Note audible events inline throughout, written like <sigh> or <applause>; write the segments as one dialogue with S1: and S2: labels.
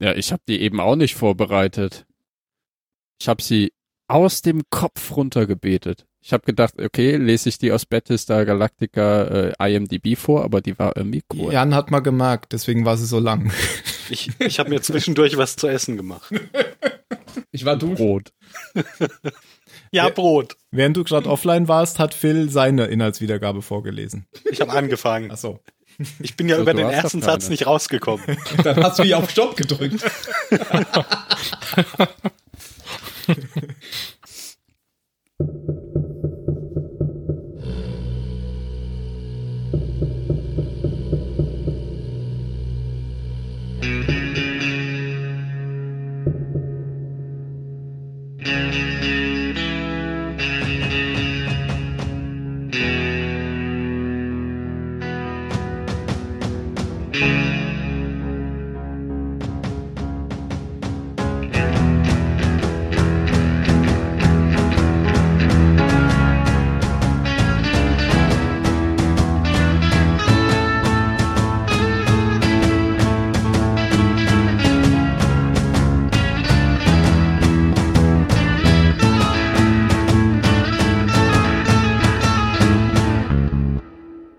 S1: Ja, ich habe die eben auch nicht vorbereitet. Ich habe sie aus dem Kopf runtergebetet. Ich habe gedacht, okay, lese ich die aus Battlestar Galactica äh, IMDb vor, aber die war irgendwie cool.
S2: Jan hat mal gemerkt, deswegen war sie so lang.
S3: Ich, ich habe mir zwischendurch was zu essen gemacht.
S2: Ich war duschen.
S1: Brot.
S3: Ja,
S2: Ja.
S3: Brot.
S2: <laughs> Während du gerade offline warst, hat Phil seine Inhaltswiedergabe vorgelesen.
S3: Ich habe angefangen.
S2: Ach so.
S3: Ich bin ja
S1: So,
S3: über
S1: du
S3: den
S1: hast doch
S3: ersten
S1: keine.
S3: Satz
S1: <laughs>
S3: nicht rausgekommen.
S2: <laughs> Dann hast du ja auf Stopp gedrückt.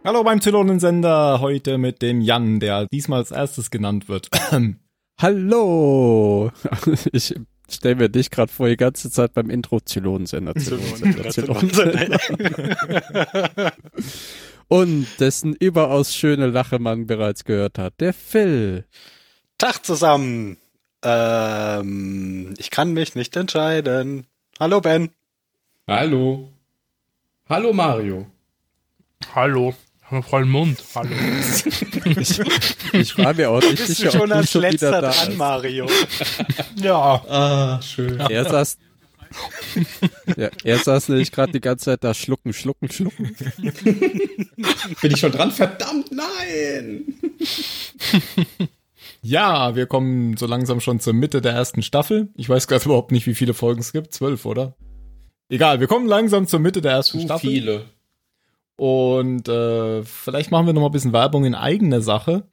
S2: Hallo beim Zylonensender, heute mit dem Jan, der diesmal als erstes genannt wird. <clears throat>
S1: Hallo! <laughs> Ich stelle mir dich gerade vor, die ganze Zeit beim Intro Zylonensender. Zylonensender, Zylonensender. Und dessen überaus schöne Lache man bereits gehört hat, der Phil.
S3: Tag zusammen. Ähm, ich kann mich nicht entscheiden. Hallo Ben.
S4: Hallo. Hallo Mario.
S5: Hallo. Haben wir vollen Mund. Hallo.
S1: Ich, ich war mir auch nicht
S3: Bist
S1: sicher,
S3: du schon
S1: ob du
S3: als
S1: schon wieder da
S3: letzter dran,
S1: bist. <laughs>
S3: Mario?
S5: Ja.
S4: Ah, schön.
S1: Er saß, ja, er saß nämlich gerade die ganze Zeit da schlucken, schlucken, schlucken.
S4: Bin ich schon dran? Verdammt, nein!
S2: ja, wir kommen so langsam schon zur Mitte der ersten Staffel. Ich weiß gerade überhaupt nicht, wie viele Folgen es gibt. Zwölf, oder? Egal, wir kommen langsam zur Mitte der ersten
S4: Zu
S2: Staffel.
S4: viele.
S2: Und äh, vielleicht machen wir noch mal ein bisschen Werbung in eigener Sache.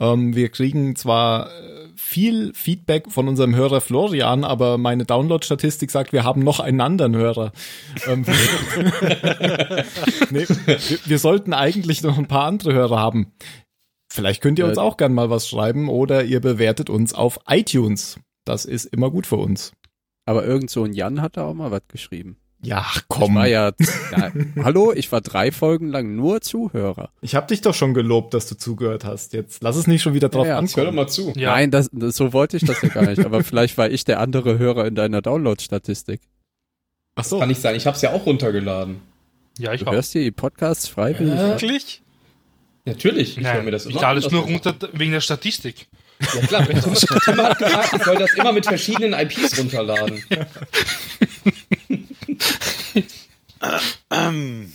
S2: Ähm, wir kriegen zwar äh, viel Feedback von unserem Hörer Florian, aber meine Download-Statistik sagt, wir haben noch einen anderen Hörer. Ähm, <laughs> nee, wir, wir sollten eigentlich noch ein paar andere Hörer haben. Vielleicht könnt ihr uns
S1: Äh.
S2: auch gern mal was schreiben oder ihr bewertet uns auf iTunes. Das ist immer gut für uns.
S1: Aber irgend so ein Jan hat da auch mal was geschrieben.
S2: Ja,
S1: Ich
S2: komm.
S1: war ja, ja, hallo, ich war drei Folgen lang nur Zuhörer.
S2: Ich habe dich doch schon gelobt, dass du zugehört hast. Jetzt lass es nicht schon wieder drauf
S1: Ja, ja.
S2: ankommen.
S4: Jetzt hör doch mal zu.
S5: Ja.
S1: Nein, das, das, so wollte ich das ja gar nicht. Aber vielleicht war ich der andere Hörer in deiner Download-Statistik.
S2: Ach so.
S4: Kann nicht sein, ich hab's ja auch runtergeladen.
S5: Ja, ich
S1: Du
S5: auch.
S1: hörst dir die Podcasts freiwillig an?
S3: Wirklich?
S4: Natürlich, ich höre
S5: Nein,
S4: mir das
S5: ich
S4: immer
S5: lade es
S4: an,
S5: nur
S4: was-
S5: runter wegen der Statistik.
S4: Ja klar, wenn Thomas schon immer <laughs> hat gesagt, ich soll das immer mit verschiedenen
S5: <laughs>
S4: IPs runterladen.
S3: Ähm,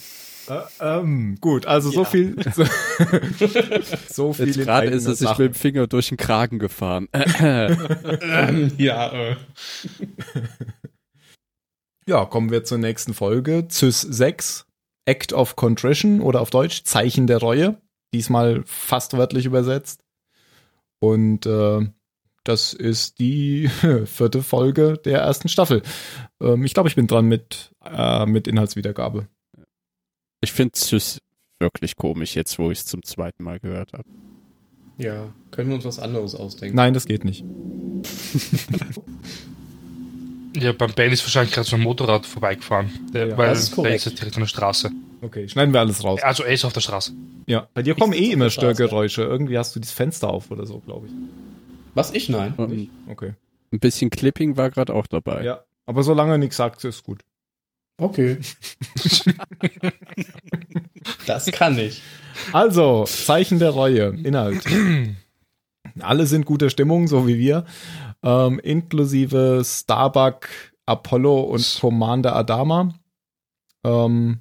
S2: Ähm, gut, also so
S3: Ja.
S2: viel. So, <laughs> so viel
S1: Jetzt
S2: in
S1: gerade
S2: eigener
S1: ist es sich
S2: Sache.
S1: mit dem Finger durch den Kragen gefahren.
S4: ja, äh.
S2: Ja, kommen wir zur nächsten Folge. CIS 6, Act of Contrition oder auf Deutsch Zeichen der Reue. Diesmal fast wörtlich übersetzt. Und äh, das ist die <laughs> vierte Folge der ersten Staffel. Ähm, ich glaube, ich bin dran mit, äh, mit Inhaltswiedergabe.
S1: Ich finde Süß wirklich komisch, jetzt wo ich es zum zweiten Mal gehört habe.
S4: Ja, können wir uns was anderes ausdenken.
S2: Nein, das geht nicht.
S5: Ja, beim Ben ist wahrscheinlich gerade so ein Motorrad vorbeigefahren. Der,
S2: Ja,
S5: weil
S4: das ist
S5: der
S4: korrekt.
S5: ist ja direkt an der Straße.
S2: Okay, schneiden wir alles raus.
S5: Also er ist auf der Straße.
S2: Ja, bei dir kommen eh immer Störgeräusche. Irgendwie hast du das Fenster auf oder so, glaube ich.
S4: Was ich? Nein.
S1: Und
S2: Okay.
S1: ein bisschen Clipping war gerade auch dabei.
S2: Ja, aber solange er nichts sagt, ist gut.
S4: Okay. <laughs> das kann ich.
S2: Also, Zeichen der Reue, Inhalt. Alle sind guter Stimmung, so wie wir, ähm, inklusive Starbuck, Apollo und Commander Adama. Ähm,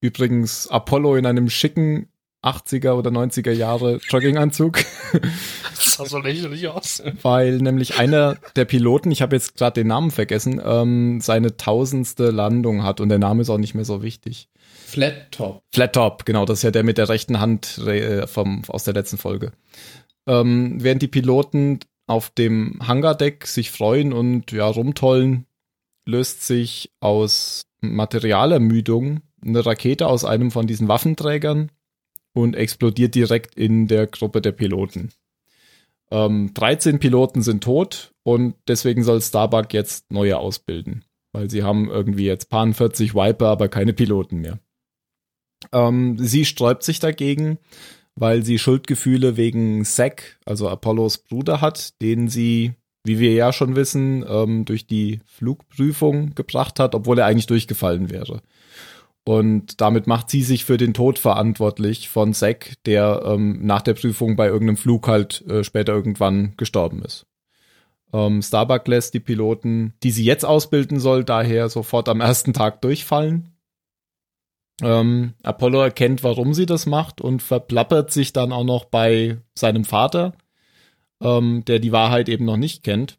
S2: übrigens, Apollo in einem schicken 80er oder 90er Jahre Jogginganzug. <laughs>
S5: Das sah so lächerlich aus.
S2: weil nämlich einer der Piloten, ich habe jetzt gerade den Namen vergessen, ähm, seine tausendste Landung hat und der Name ist auch nicht mehr so wichtig.
S4: Flat Top.
S2: Flat Top, genau, das ist ja der mit der rechten Hand äh, vom, aus der letzten Folge. Ähm, während die Piloten auf dem Hangardeck sich freuen und ja, rumtollen, löst sich aus Materialermüdung eine Rakete aus einem von diesen Waffenträgern und explodiert direkt in der Gruppe der Piloten. Ähm, 13 Piloten sind tot und deswegen soll Starbuck jetzt neue ausbilden, weil sie haben irgendwie jetzt paar 40 Viper, aber keine Piloten mehr. Ähm, sie sträubt sich dagegen, weil sie Schuldgefühle wegen Zack, also Apollos Bruder hat, den sie, wie wir ja schon wissen, ähm, durch die Flugprüfung gebracht hat, obwohl er eigentlich durchgefallen wäre. Und damit macht sie sich für den Tod verantwortlich von Zack, der ähm, nach der Prüfung bei irgendeinem Flug halt äh, später irgendwann gestorben ist. Ähm, Starbuck lässt die Piloten, die sie jetzt ausbilden soll, daher sofort am ersten Tag durchfallen. Ähm, Apollo erkennt, warum sie das macht und verplappert sich dann auch noch bei seinem Vater, ähm, der die Wahrheit eben noch nicht kennt.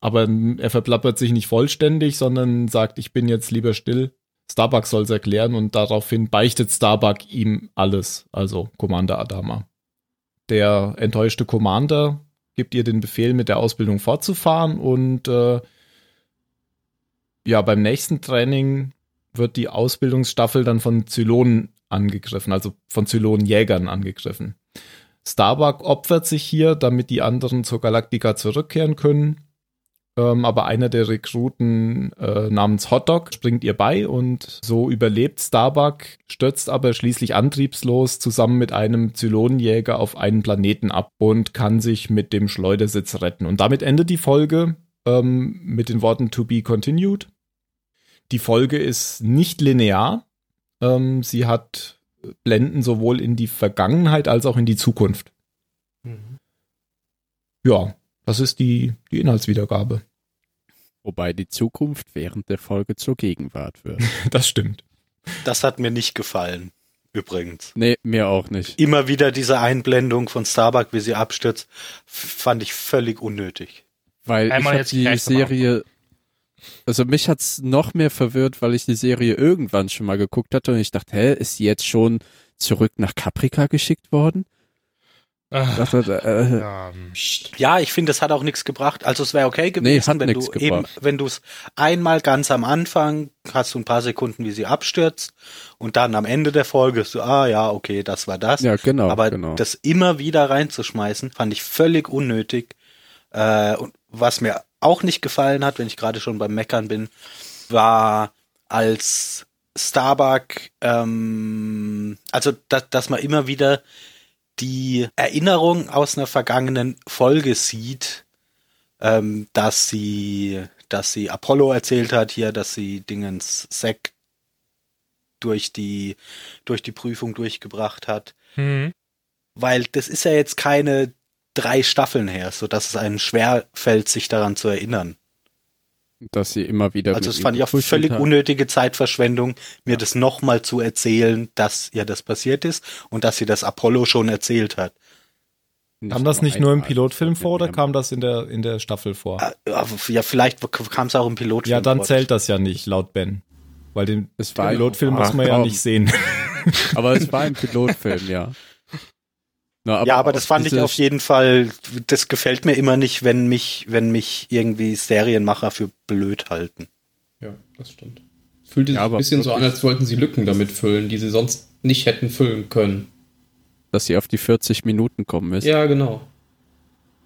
S2: Aber ähm, er verplappert sich nicht vollständig, sondern sagt, ich bin jetzt lieber still. Starbuck soll's erklären und daraufhin beichtet Starbuck ihm alles, also Commander Adama. Der enttäuschte Commander gibt ihr den Befehl, mit der Ausbildung fortzufahren und äh, ja, beim nächsten Training wird die Ausbildungsstaffel dann von Zylonen angegriffen, also von Zylonenjägern angegriffen. Starbuck opfert sich hier, damit die anderen zur Galaktika zurückkehren können. Ähm, aber einer der Rekruten äh, namens Hotdog springt ihr bei und so überlebt Starbuck, stürzt aber schließlich antriebslos zusammen mit einem Zylonenjäger auf einen Planeten ab und kann sich mit dem Schleudersitz retten. Und damit endet die Folge ähm, mit den Worten To be continued. Die Folge ist nicht linear. Ähm, sie hat Blenden sowohl in die Vergangenheit als auch in die Zukunft. Mhm. Ja, das ist die, die Inhaltswiedergabe. <laughs>
S1: Wobei die Zukunft während der Folge zur Gegenwart
S2: <laughs>
S1: wird.
S2: Das stimmt.
S3: Das hat mir nicht gefallen, übrigens.
S1: Nee, mir auch nicht.
S3: Immer wieder diese Einblendung von Starbuck, wie sie abstürzt, fand ich völlig unnötig.
S1: Weil ich
S5: Einmal
S1: hab
S5: jetzt
S1: die
S5: gleich zum
S1: Serie, also mich hat's noch mehr verwirrt, weil ich die Serie irgendwann schon mal geguckt hatte und ich dachte, hä, ist sie jetzt schon zurück nach Caprica geschickt worden? Ich
S5: Ah,
S1: Dachte, äh,
S5: ähm,
S3: Ja, ich finde, das hat auch nichts gebracht. Also es wäre okay
S1: Nee, hat
S3: gewesen, wenn
S1: nix
S3: du eben,
S1: gebracht.
S3: wenn du es einmal ganz am Anfang hast du ein paar Sekunden, wie sie abstürzt und dann am Ende der Folge so, ah ja, okay, das war das.
S1: ja, genau,
S3: Aber
S1: genau.
S3: das immer wieder reinzuschmeißen, fand ich völlig unnötig. Äh, und was mir auch nicht gefallen hat, wenn ich gerade schon beim Meckern bin, war als Starbuck, ähm, also dass, dass man immer wieder die Erinnerung aus einer vergangenen Folge sieht, ähm, dass sie, dass sie Apollo erzählt hat hier, dass sie Dingens Sack durch die, durch die Prüfung durchgebracht hat
S5: hm.
S3: weil das ist ja jetzt keine drei Staffeln her, so dass es einem schwer fällt, sich daran zu erinnern.
S1: dass sie immer wieder. mit
S3: also das
S1: ihm
S3: fand ich auch
S1: gefuschelt
S3: völlig
S1: haben.
S3: unnötige Zeitverschwendung, mir das nochmal zu erzählen, dass ihr das passiert ist und dass sie das Apollo schon erzählt hat.
S2: Kam das nicht nur im
S1: einmal.
S2: Pilotfilm vor oder
S1: Ja.
S2: kam das in der, in der Staffel vor?
S3: Ah, Ja, vielleicht kam es auch im Pilotfilm.
S2: Ja, dann
S3: vor.
S2: zählt das ja nicht, laut Ben. Weil den
S1: Es war
S2: Pilotfilm
S1: Ach,
S2: muss man ja
S1: komm.
S2: nicht sehen.
S1: Aber es war ein Pilotfilm,
S3: <laughs>
S1: ja. Na,
S3: ja, aber das
S1: auch
S3: fand ich
S1: diese
S3: auf jeden Fall, das gefällt mir immer nicht, wenn mich, wenn mich irgendwie Serienmacher für blöd halten.
S4: Ja, das stimmt. Es fühlte
S1: Ja,
S4: sich
S1: aber
S4: ein bisschen so an,
S1: wirklich-
S4: als wollten sie Lücken damit füllen, die sie sonst nicht hätten füllen können.
S1: dass sie auf die 40 Minuten kommen ist.
S4: Ja, genau.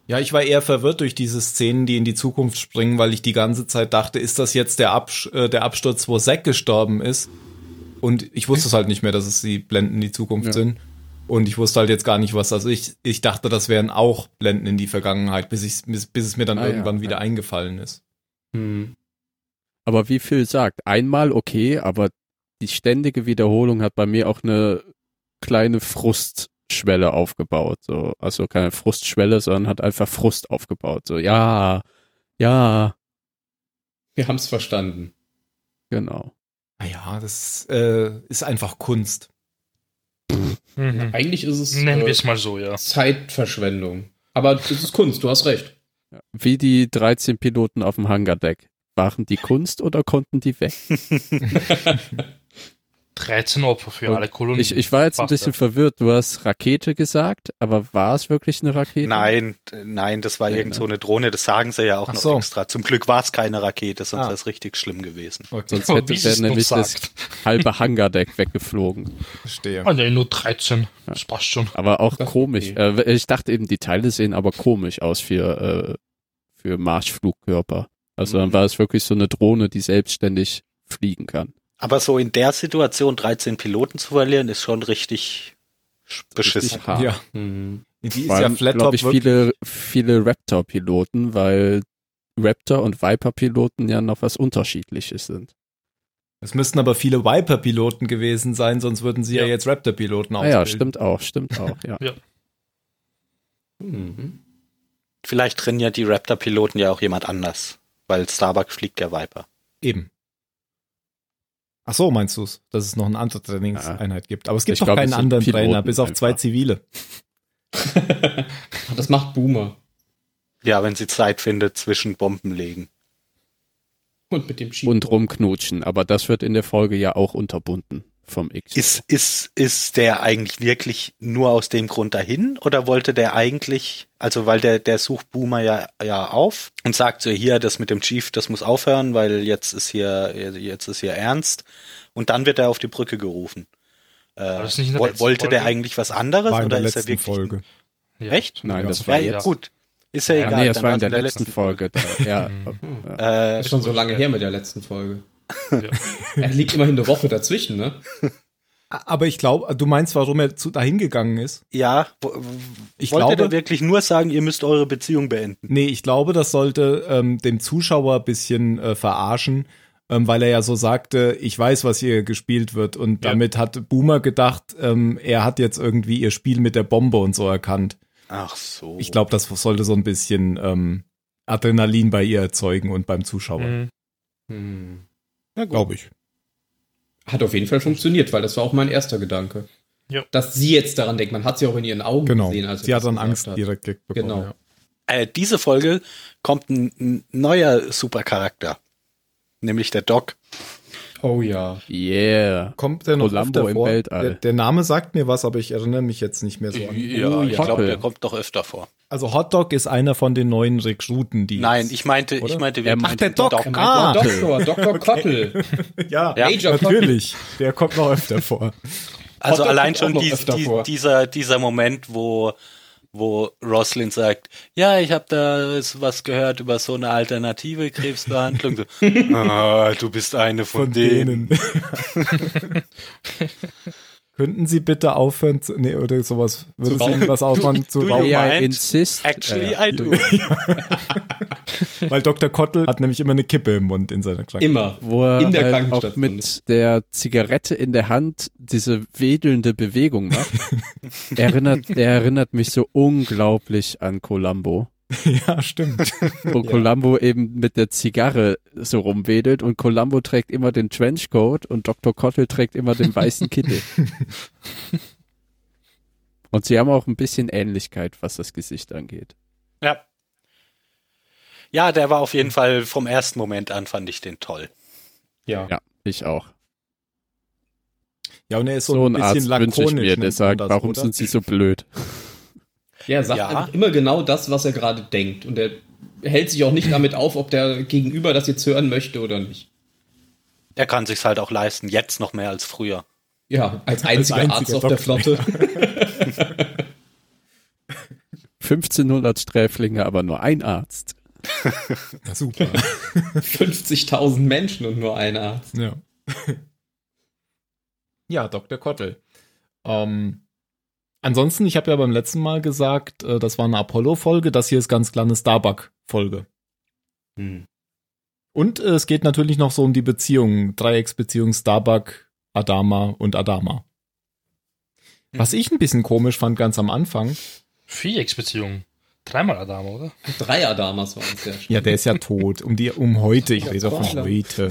S2: Ja, ich war eher verwirrt durch diese Szenen, die in die Zukunft springen, weil ich die ganze Zeit dachte, ist das jetzt der, Absch äh, der Absturz, wo Zack gestorben ist? Und ich wusste es halt nicht mehr, dass es die Blenden in die Zukunft
S1: Ja.
S2: sind. Und ich wusste halt jetzt gar nicht, was das ist. Ich dachte, das wären auch Blenden in die Vergangenheit, bis, ich's- bis, bis es mir dann
S1: Ah, ja,
S2: irgendwann wieder
S1: ja.
S2: eingefallen ist.
S4: Hm.
S1: Aber wie viel sagt, einmal okay, aber die ständige Wiederholung hat bei mir auch eine kleine Frustschwelle aufgebaut. So. Also keine Frustschwelle, sondern hat einfach Frust aufgebaut. So, ja, ja,
S4: Wir haben es verstanden.
S1: genau.
S2: Naja, Ah das äh, ist einfach Kunst.
S5: mhm.
S4: Eigentlich ist es
S5: Nennen
S4: äh,
S5: wir es mal so, ja.
S4: Zeitverschwendung. Aber es ist Kunst, du hast recht.
S1: Ja. Wie die 13 Piloten auf dem Hangardeck. Waren die Kunst oder konnten die weg?
S5: 13 Opfer für
S1: Und
S5: alle Kolonien.
S1: Ich, ich war jetzt ein
S5: Bastard.
S1: bisschen verwirrt. Du hast Rakete gesagt, aber war es wirklich eine Rakete?
S3: Nein, äh, nein, das war
S1: Nee,
S3: irgend
S1: ne?
S3: so eine Drohne, das sagen sie ja auch
S2: genau. Ach
S3: noch
S2: so.
S3: extra. Zum Glück war es keine Rakete, sonst
S2: Ah.
S3: wäre es richtig schlimm gewesen.
S2: Okay,
S1: Sonst
S5: Oh,
S1: hätte
S5: <laughs> wie
S1: der
S5: sie's noch
S1: nämlich das
S5: sagt.
S1: halbe Hangardeck weggeflogen.
S2: verstehe.
S5: Ah, nee, nur 13. Das passt schon.
S1: Aber auch
S4: Das-
S1: komisch.
S4: nee.
S1: Äh, ich dachte eben, die Teile sehen aber komisch aus für, äh, für Marschflugkörper. Also dann war es wirklich so eine Drohne, die selbstständig fliegen kann.
S3: Aber so in der Situation 13 Piloten zu verlieren, ist schon richtig sch- beschissen.
S1: Richtig hart.
S2: Ja,
S4: Hm.
S2: die ist
S1: Vor
S2: ja
S1: allem,
S2: Flat
S1: glaube
S2: Top
S1: ich, viele, viele Raptor-Piloten, weil Raptor- und Viper-Piloten ja noch was Unterschiedliches sind.
S2: Es müssten aber viele Viper-Piloten gewesen sein, sonst würden sie ja,
S5: Ja.
S2: jetzt Raptor-Piloten
S1: Ah ja,
S2: ausbilden.
S1: stimmt auch, stimmt auch, ja.
S4: <laughs> Hm.
S3: Vielleicht trennen ja die Raptor-Piloten ja auch jemand anders, weil Starbuck fliegt der Viper.
S2: Eben. Ach so, meinst du es, dass es noch eine andere Trainingseinheit gibt? Aber es gibt
S1: Ich
S2: doch
S1: glaub,
S2: keinen
S1: es sind
S2: anderen
S1: Piloten
S2: Trainer, bis auf zwei
S1: einfach.
S2: zivile.
S4: Das macht Boomer.
S3: Ja, wenn sie Zeit findet, zwischen Bomben legen.
S4: Und mit dem Cheat.
S1: Und rumknutschen, aber das wird in der Folge ja auch unterbunden vom X.
S3: Ist, ist, ist der eigentlich wirklich nur aus dem Grund dahin oder wollte der eigentlich, also weil der, der sucht Boomer ja, ja auf und sagt so hier, das mit dem Chief, das muss aufhören, weil jetzt ist hier, jetzt ist hier ernst und dann wird er auf die Brücke gerufen. Äh,
S5: das nicht in der
S3: wo-
S5: letzten
S3: wollte der
S5: Folge?
S3: eigentlich was anderes
S2: War in
S3: oder
S2: der
S3: ist er
S2: letzten
S3: wirklich?
S2: Folge.
S5: Ja.
S3: Echt?
S1: Nein,
S2: Ja,
S1: das
S3: Ja,
S1: war
S3: ja,
S1: jetzt.
S3: gut. Ist ja,
S5: Ja,
S3: egal.
S1: nee, das
S3: dann
S1: war in
S3: war's
S1: der, letzten Folge. Da. Ja, ja.
S3: Äh,
S4: Das ist schon so lange her mit der letzten <laughs> Folge.
S5: Ja.
S4: Er liegt immerhin eine Woche dazwischen, ne?
S2: Aber ich glaube, du meinst, warum er zu, dahin gegangen ist?
S3: ja, wo-
S2: Ich
S3: wollte
S2: glaube,
S3: der wirklich nur sagen, ihr müsst eure Beziehung beenden.
S2: Nee, ich glaube, das sollte ähm, dem Zuschauer ein bisschen äh, verarschen, ähm, weil er ja so sagte, ich weiß, was hier gespielt wird. Und
S5: Ja.
S2: damit hat Boomer gedacht, ähm, er hat jetzt irgendwie ihr Spiel mit der Bombe und so erkannt.
S3: Ach
S1: Oh.
S3: so.
S2: Ich glaube, das sollte so ein bisschen ähm, Adrenalin bei ihr erzeugen und beim Zuschauer.
S5: Mhm.
S4: Hm.
S2: Glaube ich.
S4: Hat auf jeden Fall funktioniert, weil das war auch mein erster Gedanke.
S5: Ja.
S4: Dass sie jetzt daran denkt, man hat sie auch in ihren Augen
S2: Genau.
S4: gesehen. Als er
S2: Sie hat
S4: das
S2: dann
S4: gesagt
S2: Angst
S4: hat.
S2: direkt bekommen.
S4: Genau.
S2: Ja.
S3: Äh, diese Folge kommt ein, ein neuer Supercharakter, nämlich der Doc.
S4: Oh ja.
S1: Yeah.
S2: Kommt der noch
S1: Columbo
S2: öfter
S1: im
S2: vor?
S1: Weltall.
S2: Der, der Name sagt mir was, aber ich erinnere mich jetzt nicht mehr so an.
S1: Oh,
S3: ich glaube,
S1: Hoppe.
S3: der kommt doch öfter vor.
S2: Also Hotdog ist einer von den neuen Rekruten, die
S3: Nein, ich meinte,
S2: Oder?
S3: ich meinte,
S1: Er
S3: wir
S1: meint
S3: meinte
S2: den Doc.
S4: Er meint
S2: Ah.
S4: den Doktor,
S2: <laughs>
S4: Dr. Kottel.
S2: ja,
S3: Ja,
S4: Major
S2: natürlich. Der kommt noch öfter vor.
S3: Also
S4: Hotdog
S3: allein
S4: kommt
S3: schon
S4: auch noch
S3: dies-
S4: öfter
S3: die,
S4: vor.
S3: dieser, dieser Moment, wo, wo Roslin sagt, ja, ich habe da was gehört über so eine alternative Krebsbehandlung.
S4: <laughs>
S3: So, ah, du bist eine von,
S2: Von
S3: denen.
S2: denen. <laughs> Könnten Sie bitte aufhören, zu, nee, oder sowas, würde es
S3: rauchen.
S2: Ihnen was ausmachen zu
S3: Du-
S2: rauchen?
S3: Ja,
S1: AI
S3: meint,
S1: insist.
S3: Oh Actually,
S1: Äh,
S3: I do.
S2: Weil Dr. Kottel hat nämlich immer eine Kippe im Mund in seiner Krankheit.
S4: Immer.
S1: wo er
S4: In der
S1: halt auch
S4: Krankenstation.
S1: mit der Zigarette in der Hand diese wedelnde Bewegung macht,
S2: <laughs>
S1: erinnert, der erinnert mich so unglaublich an Columbo.
S2: <laughs> Ja, stimmt. <laughs>
S1: Wo Columbo eben mit der Zigarre so rumwedelt und Columbo trägt immer den Trenchcoat und Dr. Kottel trägt immer den weißen Kittel.
S2: <laughs>
S1: und sie haben auch ein bisschen Ähnlichkeit, was das Gesicht angeht.
S3: Ja. Ja, der war auf jeden Fall vom ersten Moment an fand ich den toll.
S4: Ja.
S1: Ja, ich auch.
S2: Ja, und er ist so,
S1: So
S2: ein
S1: einen Arzt
S2: bisschen lakonisch.
S1: wünsche ich mir, der
S2: nennt
S1: sagt,
S2: man das,
S1: warum
S2: oder?
S1: sind sie so blöd?
S4: Ja, sagt
S3: Ja.
S4: einfach immer genau das, was er gerade denkt. Und er hält sich auch nicht damit auf, ob der Gegenüber das jetzt hören möchte oder nicht.
S3: Er kann sich's halt auch leisten, jetzt noch mehr als früher.
S4: Ja, als einziger,
S2: einziger
S4: Arzt auf der
S2: Doktor.
S4: Flotte. <laughs>
S1: 1500 Sträflinge, aber nur ein Arzt.
S2: Ja, super.
S4: 50.000 Menschen und nur ein Arzt.
S2: Ja. <laughs> ja, Dr. Kottel. Ähm, ansonsten, ich habe ja beim letzten Mal gesagt, äh, das war eine Apollo-Folge, das hier ist ganz klar eine Starbuck-Folge.
S4: Hm.
S2: Und äh, es geht natürlich noch so um die Beziehungen, Dreiecksbeziehung Starbuck, Adama und Adama. Was ich ein bisschen komisch fand ganz am Anfang,
S5: Vierecksbeziehung. Dreimal Adam, oder?
S4: Dreier damals waren es ja schon.
S2: ja, der ist ja tot, um die, um heute, ich rede von heute.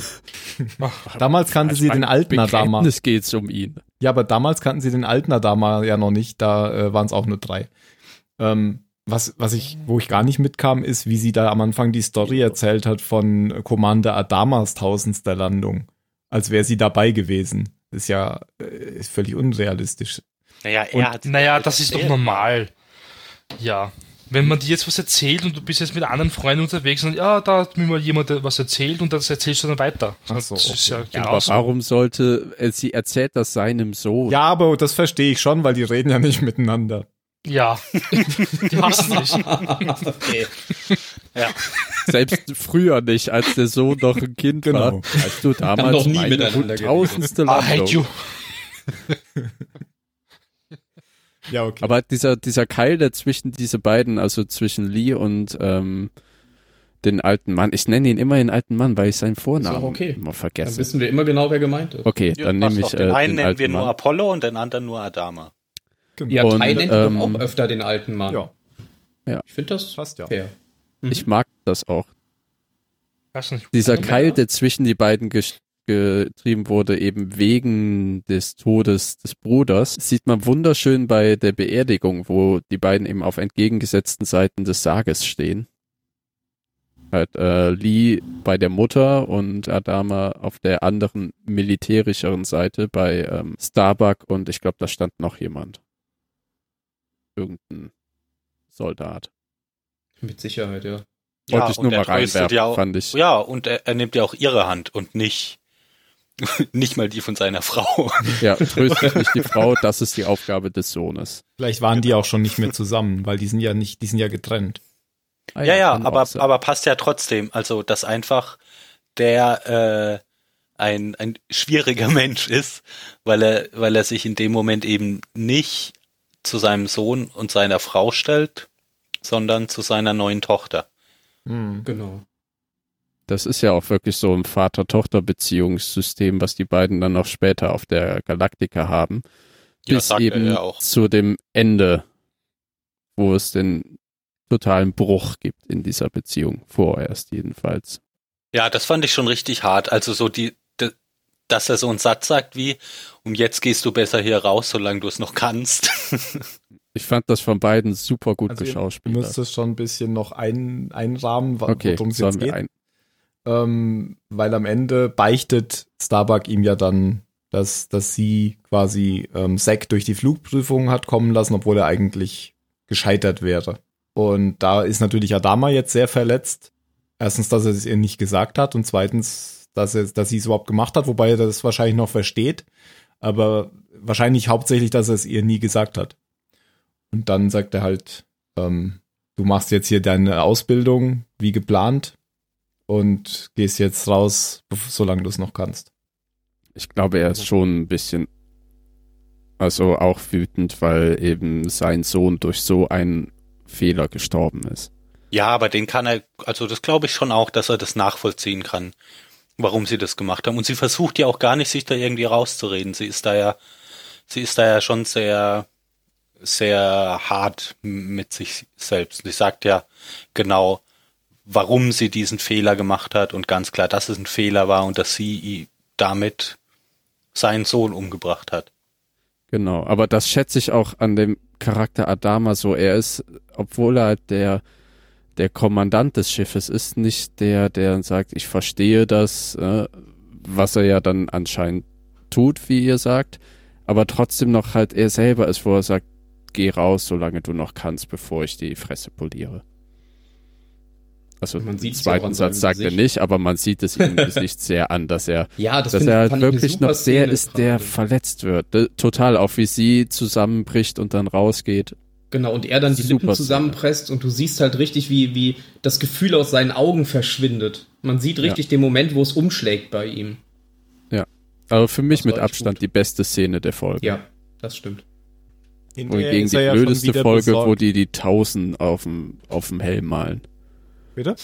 S2: Damals kannte sie den alten Adama.
S1: Es geht's um ihn.
S2: Ja, aber damals kannten sie den alten Adama ja noch nicht, da äh, waren es auch nur drei. Ähm, was, was ich, wo ich gar nicht mitkam, ist, wie sie da am Anfang die Story erzählt hat von Commander Adamas tausendster Landung. Als wäre sie dabei gewesen. Ist ja äh, ist völlig unrealistisch.
S6: Naja,
S2: Und-
S6: er hat.
S5: Naja,
S6: er
S5: das ist doch
S6: erzählt.
S5: normal. Ja. Wenn man dir jetzt was erzählt und du bist jetzt mit anderen Freunden unterwegs und ja, da hat mir mal jemand was erzählt und das erzählst du dann weiter.
S2: Ach so,
S5: das ist ja genau
S1: Ja, aber
S5: genauso.
S1: warum sollte äh, sie erzählt das seinem Sohn?
S2: Ja, aber das verstehe ich schon, weil die reden ja nicht <laughs> miteinander.
S5: Ja.
S4: <laughs>
S5: Die hassen dich.
S4: okay. <laughs>
S1: Selbst früher nicht, als der Sohn noch ein Kind
S2: Genau.
S1: war. Als du damals
S4: noch nie
S1: meine
S4: miteinander Ah,
S1: tausendste
S5: I hate
S1: Landung.
S5: you.
S2: Ja, okay.
S1: Aber dieser, dieser Keil, der zwischen diese beiden, also zwischen Lee und ähm, den alten Mann, ich nenne ihn immer den alten Mann, weil ich seinen Vornamen
S4: auch okay.
S1: immer
S4: Dann
S1: vergesse.
S4: wissen wir immer genau, wer gemeint ist.
S1: Okay,
S3: Ja,
S1: dann
S3: passt
S1: nehme ich
S3: doch.
S1: äh,
S3: Den einen
S1: den
S3: nennen
S1: alten
S3: wir nur
S1: Mann.
S3: Apollo und den anderen nur Adama.
S4: Ja,
S1: Und,
S4: Thai nennt ähm,
S1: ähm,
S4: auch öfter den alten Mann.
S2: genau. ja,
S4: Ich finde das
S2: passt ja.
S4: fair.
S1: Ich mag das auch.
S5: Weiß nicht.
S1: Dieser
S4: Ja.
S1: Keil, der zwischen die beiden ges- getrieben wurde, eben wegen des Todes des Bruders, sieht man wunderschön bei der Beerdigung, wo die beiden eben auf entgegengesetzten Seiten des Sarges stehen. Halt, äh, Lee bei der Mutter und Adama auf der anderen militärischeren Seite bei ähm, Starbuck und ich glaube, da stand noch jemand. Irgendein Soldat.
S4: Mit Sicherheit, ja.
S1: Wollte
S3: Ja,
S1: ich
S3: und
S1: nur
S3: er
S1: mal
S3: tröstet
S1: reinwerfen,
S3: ja auch-
S1: fand ich.
S3: Ja, und er, er nimmt ja auch ihre Hand und nicht, <laughs> nicht mal die von seiner Frau.
S1: Ja, tröstet nicht die Frau, das ist die Aufgabe des Sohnes.
S2: Vielleicht waren die auch schon nicht mehr zusammen, weil die sind ja nicht, die sind ja getrennt.
S1: Ah
S3: ja, ja,
S1: kann auch
S3: aber,
S1: sein.
S3: aber passt ja trotzdem. Also, dass einfach der äh, ein, ein schwieriger <laughs> Mensch ist, weil er, weil er sich in dem Moment eben nicht zu seinem Sohn und seiner Frau stellt, sondern zu seiner neuen Tochter.
S2: Hm.
S4: Genau.
S1: das ist ja auch wirklich so ein Vater-Tochter-Beziehungssystem, was die beiden dann auch später auf der Galaktika haben.
S3: Ja,
S1: bis
S3: sagt er
S1: eben
S3: ja auch.
S1: zu dem Ende, wo es den totalen Bruch gibt in dieser Beziehung, vorerst jedenfalls.
S3: Ja, das fand ich schon richtig hart. Also so die, de- dass er so einen Satz sagt wie, und jetzt gehst du besser hier raus, solange du es noch kannst. <laughs>
S1: Ich fand das von beiden super gut
S2: Also ihr Du
S1: geschauspielert.
S2: musst es schon ein bisschen noch ein, einrahmen, wa-
S1: Okay,
S2: worum es
S1: sollen
S2: jetzt
S1: wir
S2: geht.
S1: ein.
S2: ähm, weil am Ende beichtet Starbuck ihm ja dann, dass, dass sie quasi ähm, Zack durch die Flugprüfung hat kommen lassen, obwohl er eigentlich gescheitert wäre. Und da ist natürlich Adama jetzt sehr verletzt. Erstens, dass er es ihr nicht gesagt hat und zweitens, dass, er, dass sie es überhaupt gemacht hat, wobei er das wahrscheinlich noch versteht, aber wahrscheinlich hauptsächlich, dass er es ihr nie gesagt hat. Und dann sagt er halt, ähm, du machst jetzt hier deine Ausbildung wie geplant, und gehst jetzt raus, bev- solange du es noch kannst.
S1: Ich glaube, er ist schon ein bisschen, also auch wütend, weil eben sein Sohn durch so einen Fehler gestorben ist.
S3: ja, aber den kann er, also das glaube ich schon auch, dass er das nachvollziehen kann, warum sie das gemacht haben. Und sie versucht ja auch gar nicht, sich da irgendwie rauszureden. Sie ist da ja, sie ist da ja schon sehr, sehr hart m- mit sich selbst. Sie sagt ja genau, warum sie diesen Fehler gemacht hat und ganz klar, dass es ein Fehler war und dass sie i- damit seinen Sohn umgebracht hat.
S1: Genau, aber das schätze ich auch an dem Charakter Adama so. Er ist, obwohl er halt der, der Kommandant des Schiffes ist, nicht der, der sagt, ich verstehe das, äh, was er ja dann anscheinend tut, wie ihr sagt, aber trotzdem noch halt er selber ist, wo er sagt, geh raus, solange du noch kannst, bevor ich die Fresse poliere. Also
S4: Man
S1: man den
S4: sieht's ja auch
S1: zweiten
S4: an
S1: Satz
S4: seinem
S1: sagt er
S4: Gesicht.
S1: nicht, aber man sieht es ihm im Gesicht sehr an, dass er
S4: Ja, das
S1: dass
S4: find-
S1: er halt
S4: fand ich eine
S1: wirklich
S4: super
S1: noch der
S4: Szene
S1: ist, der
S4: gerade.
S1: verletzt wird. D- Total, auch wie sie zusammenbricht und dann rausgeht.
S4: Genau, und er dann die
S1: Super
S4: Lippen
S1: Szene.
S4: zusammenpresst und du siehst halt richtig, wie, wie das Gefühl aus seinen Augen verschwindet. Man sieht richtig den Moment, wo es umschlägt bei ihm.
S1: Aber Also für mich
S4: Das war
S1: mit
S4: echt
S1: Abstand
S4: gut.
S1: die beste Szene der Folge.
S4: Ja, das stimmt. <laughs>
S1: Wohingegen die blödeste Folge, wo die die Tausend auf dem, auf dem Helm malen.
S2: Bitte?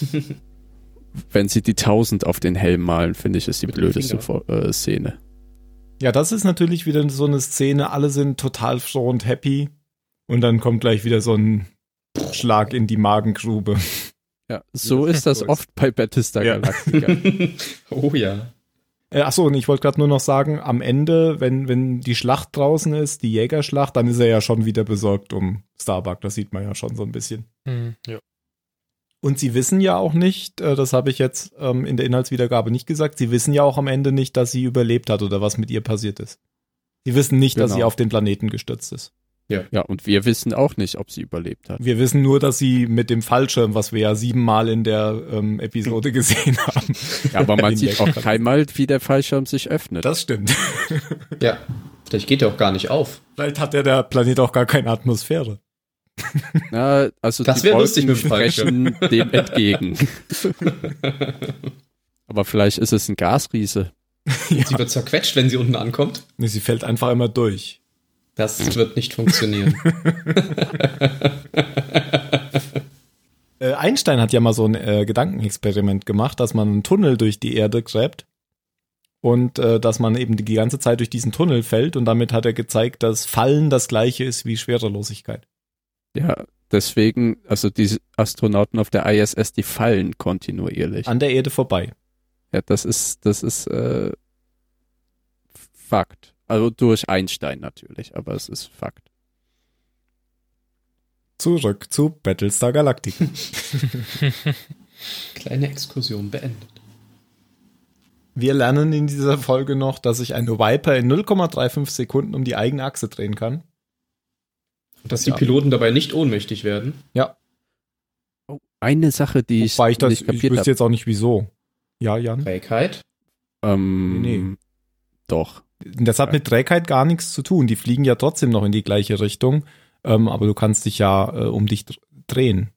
S1: Wenn sie die Tausend auf den Helm malen, finde ich, ist die
S4: Mit dem
S1: blödeste
S4: Finger.
S1: Fo- äh, Szene.
S2: Ja, das ist natürlich wieder so eine Szene, alle sind total froh und happy und dann kommt gleich wieder so ein Schlag in die Magengrube.
S1: Ja, so ist das
S2: So ist-
S1: oft bei Battlestar
S2: Ja.
S1: Galactica.
S4: <laughs> oh ja.
S2: Äh, Achso, und ich wollte gerade nur noch sagen, am Ende, wenn, wenn die Schlacht draußen ist, die Jägerschlacht, dann ist er ja schon wieder besorgt um Starbuck, das sieht man ja schon so ein bisschen.
S5: Hm, ja.
S2: Und sie wissen ja auch nicht, äh, das habe ich jetzt ähm, in der Inhaltswiedergabe nicht gesagt, sie wissen ja auch am Ende nicht, dass sie überlebt hat oder was mit ihr passiert ist. Sie wissen nicht, dass
S1: Genau.
S2: sie auf den Planeten gestürzt ist.
S1: Ja, und wir wissen auch nicht, ob sie überlebt hat.
S2: Wir wissen nur, dass sie mit dem Fallschirm, was wir ja siebenmal in der ähm, Episode gesehen haben.
S1: Ja, aber man
S2: Hinweg
S1: sieht auch
S2: hat.
S1: keinmal, wie der Fallschirm sich öffnet.
S2: Das stimmt.
S4: Ja. Vielleicht geht der auch gar nicht auf.
S2: Vielleicht hat ja der Planet auch gar keine Atmosphäre.
S1: Na, also
S4: Das
S1: die
S4: wär
S1: Wolken
S4: lustig mit dem Fallschirm.
S1: sprechen dem entgegen.
S4: <laughs>
S1: aber vielleicht ist es ein Gasriese.
S4: Sie wird zerquetscht, wenn sie unten ankommt.
S2: Nee, sie fällt einfach immer durch.
S4: Das wird nicht funktionieren.
S1: <laughs>
S2: Äh, Einstein hat ja mal so ein äh, Gedankenexperiment gemacht, dass man einen Tunnel durch die Erde gräbt und äh, dass man eben die ganze Zeit durch diesen Tunnel fällt und damit hat er gezeigt, dass Fallen das gleiche ist wie Schwerelosigkeit.
S1: Ja, deswegen, also die Astronauten auf der ISS, die fallen kontinuierlich.
S2: An der Erde vorbei.
S1: Ja, das ist, das ist äh, Fakt. Also durch Einstein natürlich, aber es ist Fakt.
S2: Zurück zu Battlestar Galactica.
S4: Kleine Exkursion beendet.
S2: <laughs> Wir lernen in dieser Folge noch, dass sich ein Viper in 0,35 Sekunden um die eigene Achse drehen kann.
S4: Und dass die
S2: Ja.
S4: Piloten dabei nicht ohnmächtig werden.
S2: Ja,
S1: Oh, eine Sache, die ich,
S2: wobei ich das,
S1: nicht
S2: ich
S1: kapiert
S2: wüsste
S1: habe.
S2: jetzt auch nicht wieso. Ja, Jan.
S4: Trägheit.
S1: Ähm,
S2: Nee.
S1: Doch.
S2: Das hat mit Trägheit gar nichts zu tun. Die fliegen ja trotzdem noch in die gleiche Richtung, ähm, aber du kannst dich ja äh, um dich dr- drehen.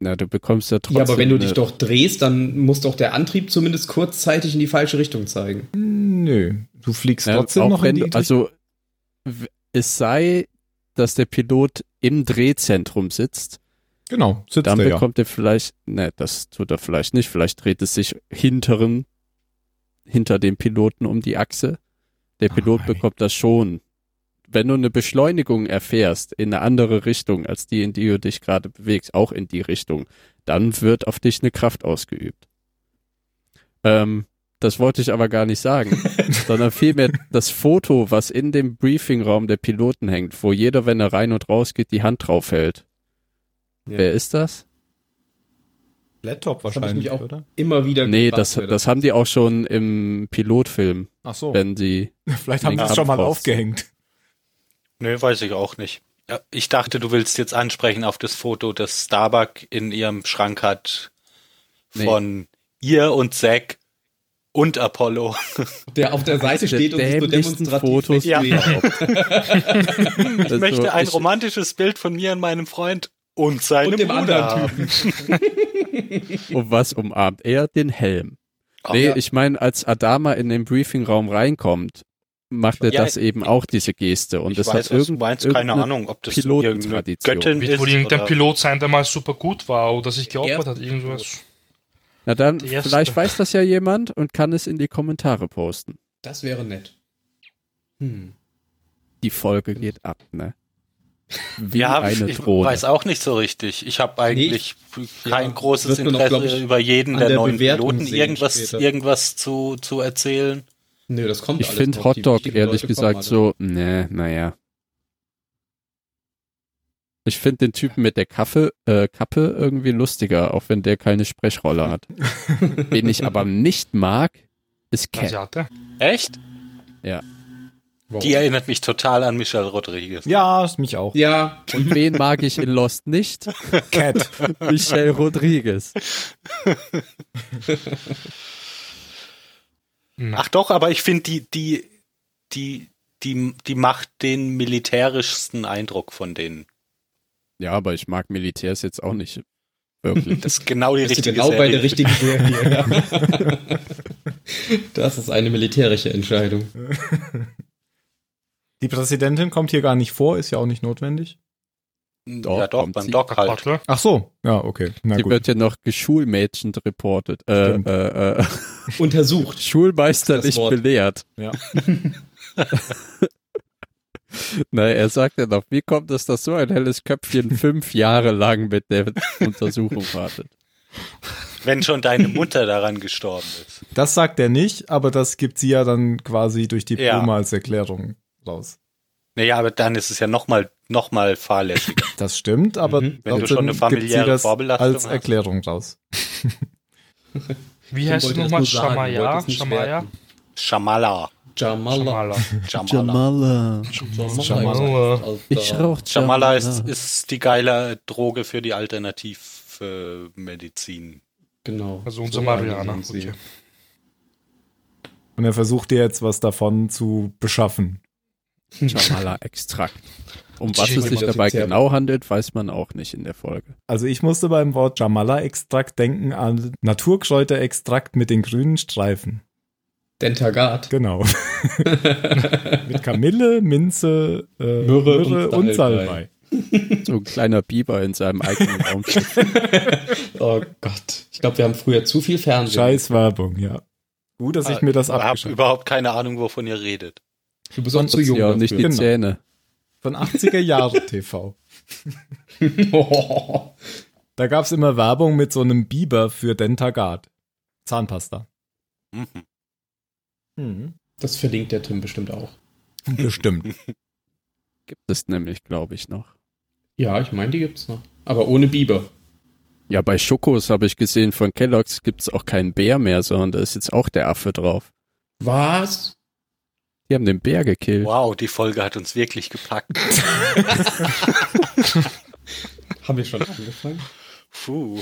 S1: Na, du bekommst ja trotzdem.
S4: ja, aber wenn du dich
S1: eine-
S4: doch drehst, dann muss doch der Antrieb zumindest kurzzeitig in die falsche Richtung zeigen.
S2: Nö, du fliegst
S1: Ja,
S2: trotzdem
S1: auch
S2: noch in
S1: wenn
S2: die
S1: du,
S2: Richtung.
S1: Also w- es sei, dass der Pilot im Drehzentrum sitzt,
S2: genau, sitzt
S1: dann
S2: er ja.
S1: bekommt er vielleicht, ne, das tut er vielleicht nicht, vielleicht dreht es sich hinteren, hinter dem Piloten um die Achse. Der Pilot
S2: Ei.
S1: bekommt das schon. Wenn du eine Beschleunigung erfährst in eine andere Richtung, als die, in die du dich gerade bewegst, auch in die Richtung, dann wird auf dich eine Kraft ausgeübt. Ähm, das wollte ich aber gar nicht sagen, sondern vielmehr das Foto, was in dem Briefingraum der Piloten hängt, wo jeder, wenn er rein und raus geht, die Hand drauf hält.
S4: Ja.
S1: Wer ist das?
S2: Laptop
S4: Das hab ich mich
S2: wahrscheinlich,
S4: auch-
S2: oder?
S4: Immer wieder
S1: Nee,
S4: gefragt,
S1: das,
S4: wer
S1: das haben die auch schon im Pilotfilm,
S2: Ach
S3: Oh.
S2: so,
S1: wenn die.
S2: <laughs> vielleicht haben
S1: den
S2: sie es schon mal
S1: Kampf raus.
S2: aufgehängt.
S3: Nö, weiß ich auch nicht. Ja, Ich dachte, du willst jetzt ansprechen auf das Foto, das Starbuck in ihrem Schrank hat
S1: Nee.
S3: von ihr und Zack und Apollo.
S4: der auf der Seite
S1: der
S4: steht und sich so
S1: dämlichsten
S4: demonstrativ
S1: Fotos
S4: wegwählt.
S1: Ich
S3: Ich möchte ein romantisches Bild von mir und meinem Freund und seinem
S4: Und dem
S3: Bruder
S4: anderen
S3: haben.
S4: Typen.
S1: <laughs> Und was umarmt er? Den Helm.
S3: Oh,
S1: nee,
S3: ja.
S1: ich meine, als Adama in den Briefingraum reinkommt, macht er
S3: Ja,
S1: das eben auch, diese Geste. Und
S3: ich
S1: das
S3: weiß,
S1: hat
S3: was du
S1: irgend,
S3: meinst, keine
S1: irgendeine-
S3: Ahnung, ob das irgendeine
S1: Pilotentradition.
S3: Göttin
S5: Wird
S3: ist.
S5: wohl irgendein
S3: oder-
S5: Pilot sein, der mal super gut war oder sich geopfert
S4: erste
S5: hat, irgendwas.
S1: Na dann,
S5: Die erste.
S1: vielleicht weiß das ja jemand und kann es in die Kommentare posten.
S4: Das wäre nett. Hm.
S1: Die Folge geht ab,
S3: <laughs>
S1: ne? Wie
S3: Ja,
S1: eine
S3: ich
S1: Drohne.
S3: weiß auch nicht so richtig. Ich habe eigentlich kein
S4: Ja,
S3: großes
S4: wird man auch,
S3: Interesse
S4: glaub ich,
S3: über jeden
S4: an
S3: der,
S4: der
S3: neuen
S4: Bewertung
S3: Piloten
S4: sehen
S3: irgendwas,
S4: später.
S3: irgendwas zu, zu erzählen.
S4: Nö, das kommt
S1: Ich
S4: alles
S1: finde
S4: noch. Die
S1: Hotdog
S4: wichtigen
S1: ehrlich
S4: Leute
S1: gesagt
S4: kommen
S1: so, ne, naja. Ich finde den Typen mit der Kaffe, äh, Kappe irgendwie lustiger, auch wenn der keine Sprechrolle hat. Wen ich aber nicht mag, ist Cat.
S5: Asiate?
S3: Echt?
S4: alle.
S3: Die erinnert mich total an Michelle Rodriguez.
S2: Ja, mich auch.
S4: Ja,
S1: Und wen mag ich in Lost nicht?
S2: Cat.
S1: <laughs> Michelle Rodriguez.
S5: Nein.
S3: Ach doch, aber ich finde, die, die, die, die, die macht den militärischsten Eindruck von denen.
S1: Ja, aber ich mag Militärs jetzt auch nicht. Wirklich.
S3: Das ist genau die
S4: bist du
S3: richtige
S4: genau bei
S3: Serie.
S4: der richtigen Serie.
S1: <laughs>
S4: ja. das ist eine militärische Entscheidung.
S2: Die Präsidentin kommt hier gar nicht vor, ist ja auch nicht notwendig.
S3: ja,
S1: Doch,
S3: doch,
S1: kommt
S3: beim
S1: sie.
S3: Doc halt.
S5: Butler?
S2: Ach so, ja, okay. Na
S1: Die
S2: gut.
S1: wird ja noch geschulmädchen reported. Äh,
S2: Stimmt.
S1: äh, äh,
S4: Untersucht.
S1: schulmeisterlich
S4: Das Wort.
S1: belehrt.
S2: Ja.
S1: <laughs> Na, er sagt ja noch, wie kommt es, dass so ein helles Köpfchen fünf Jahre lang mit der Untersuchung wartet?
S3: Wenn schon
S2: <laughs>
S3: deine Mutter daran gestorben ist.
S2: Das sagt er nicht, aber das gibt sie ja dann quasi durch die
S3: Ja.
S2: Blume als Erklärung raus.
S3: Naja, aber dann ist es ja nochmal noch mal fahrlässiger.
S2: Das stimmt, aber
S4: Mhm.
S3: Wenn du
S2: trotzdem
S3: schon eine
S2: gibt
S3: familiäre
S2: sie das
S3: Vorbelastung
S2: als
S3: hast.
S2: Erklärung raus.
S5: Wie heißt
S4: Ich
S5: du
S4: wollte das
S5: nochmal?
S4: nur sagen, wollte
S5: Shamaya?
S4: es nicht
S5: Shamaya?
S4: werten.
S3: Schamala.
S4: Jamala.
S5: Shamala.
S3: Schamala.
S1: <laughs> Jamala.
S5: Jamala.
S1: Ich
S4: Alter.
S1: rauch
S3: Schamala
S1: <laughs>
S3: ist, ist die geile Droge für die Alternativmedizin.
S4: Genau.
S5: Also unser Mariana.
S4: nennen sie.
S5: Okay.
S2: Und er versucht dir jetzt was davon zu beschaffen.
S1: Jamala-Extrakt. Um was es
S4: Schick,
S1: sich
S4: das
S1: dabei
S4: ist ja-
S1: genau handelt, weiß man auch nicht in der Folge.
S2: Also ich musste beim Wort Jamala-Extrakt denken an Naturkräuterextrakt mit den grünen Streifen.
S4: Dentagat.
S2: Genau. mit Kamille, Minze, äh,
S4: Myrrhe und
S2: und
S4: Salbei.
S2: Salbei.
S1: So ein kleiner Biber in seinem eigenen Raumschiff.
S4: Oh Gott. Ich glaube, wir haben früher zu viel Fernsehen.
S2: Scheiß Werbung, ja. Gut, dass ich mir das
S3: Ich habe
S2: abgeschaut
S3: überhaupt keine Ahnung, wovon ihr redet.
S4: Du bist auch zu jung.
S1: ja, und nicht die
S2: Genau.
S1: Zähne.
S2: Von 80er Jahre TV.
S4: dafür.
S2: Da gab es immer Werbung mit so einem Biber für Dentagard. Zahnpasta. Mhm.
S3: Mhm.
S4: <laughs> Das verlinkt der Tim bestimmt auch.
S2: Bestimmt.
S1: Gibt es nämlich, glaube ich, noch.
S4: Ja, ich meine, die gibt's noch. Aber ohne Biber.
S1: Ja, bei Schokos habe ich gesehen, von Kellogg's gibt es auch keinen Bär mehr, sondern da ist jetzt auch der Affe drauf.
S4: Was?
S1: Die haben den Bär gekillt.
S3: Wow, die Folge hat uns wirklich gepackt.
S4: <laughs> Haben wir schon angefangen?
S3: Puh.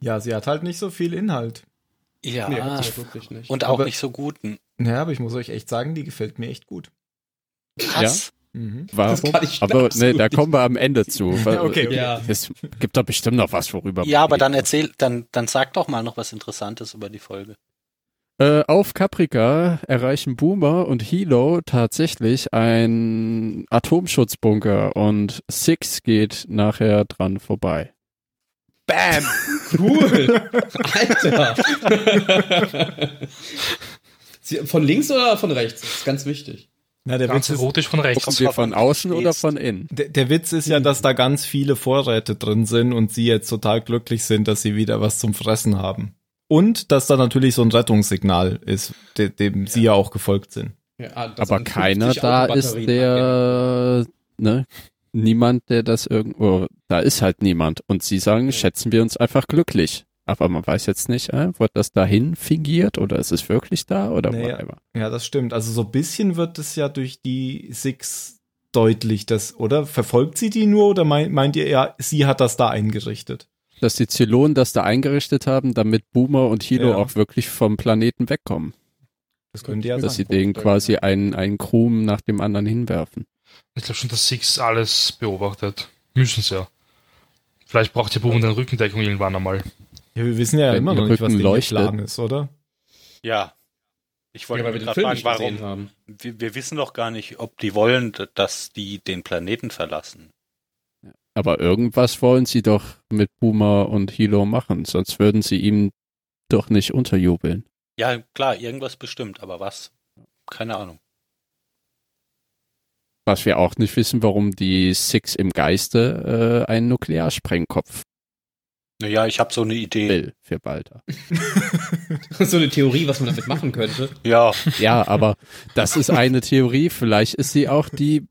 S2: Ja, sie hat halt nicht so viel Inhalt.
S3: Ja. also
S4: Nee, hat sie wirklich nicht.
S3: und auch
S2: Aber-
S3: nicht so guten.
S2: Naja, aber ich muss euch echt sagen, die gefällt mir echt gut.
S3: Krass.
S2: Mhm.
S4: das
S1: Warum?
S4: kann ich
S1: Aber nee,
S4: absolut
S1: da
S4: nicht.
S1: kommen wir am Ende
S2: <laughs>
S1: zu. Weil-
S2: okay.
S4: Ja.
S1: Es gibt da bestimmt noch was, worüber
S3: Ja,
S1: man
S3: aber dann
S1: reden
S3: erzähl, dann, dann sag doch mal noch was Interessantes über die Folge.
S1: Äh, auf Caprica erreichen Boomer und Hilo tatsächlich einen Atomschutzbunker und Six geht nachher dran vorbei.
S3: Bam!
S4: Cool. Alter. <laughs> Sie- von links oder von rechts? Das ist ganz wichtig.
S2: Na, der
S5: Ganz
S2: Witz, ist,
S5: erotisch von rechts.
S1: Kommen wir von außen oder von innen?
S2: der, der Witz ist
S4: Mhm.
S2: ja, dass da ganz viele Vorräte drin sind und sie jetzt total glücklich sind, dass sie wieder was zum Fressen haben. Und dass da natürlich so ein Rettungssignal ist, de dem sie ja auch gefolgt sind.
S4: Ja, ah, das
S1: aber
S4: sind
S1: keiner
S4: 50
S1: da ist
S4: Autobatterien
S1: der,
S2: genau.
S1: ne? Niemand, der das irgendwo, da ist halt niemand. Und sie sagen, schätzen wir uns einfach glücklich. Aber man weiß jetzt nicht, äh, wird das dahin fingiert oder ist es wirklich da oder
S2: Naja.
S1: whatever.
S2: Ja, das stimmt. Also so ein bisschen wird es ja durch die Six deutlich, das, oder? Verfolgt sie die nur oder mei- meint ihr, ja, sie hat das da eingerichtet?
S1: Dass die Zylonen das da eingerichtet haben, damit Boomer und Hilo
S2: Ja.
S1: auch wirklich vom Planeten wegkommen.
S2: Das könnte ja
S1: dass sie
S2: sein.
S1: denen quasi einen, einen Krumen nach dem anderen hinwerfen.
S5: Ich glaube schon, dass Six alles beobachtet. Müssen sie ja. Vielleicht braucht ihr Buben dann Rückendeckung irgendwann einmal.
S2: Ja, wir wissen ja
S1: Wenn
S2: immer
S1: ihr
S2: noch nicht, was
S1: Rücken
S2: der
S1: leuchtet.
S2: Plan ist, oder?
S3: Ja. Ich
S4: Ja,
S3: wollte
S4: weil wir
S3: gerade
S4: den
S3: fragen,
S4: Film nicht gesehen
S3: warum.
S4: haben.
S3: Wir, wir wissen doch gar nicht, ob die wollen, d- dass die den Planeten verlassen.
S1: Aber irgendwas wollen sie doch mit Boomer und Hilo machen, sonst würden sie ihm doch nicht unterjubeln.
S3: Ja, klar, irgendwas bestimmt, aber was? Keine Ahnung.
S1: Was wir auch nicht wissen, warum die Six im Geiste äh, einen Nuklearsprengkopf
S3: Naja, ich habe so eine Idee.
S1: will für Balta.
S4: so eine Theorie, was man damit
S3: <laughs>
S4: machen könnte.
S3: Ja,
S1: Ja,
S2: <laughs>
S1: aber das ist eine Theorie. Vielleicht ist sie auch die,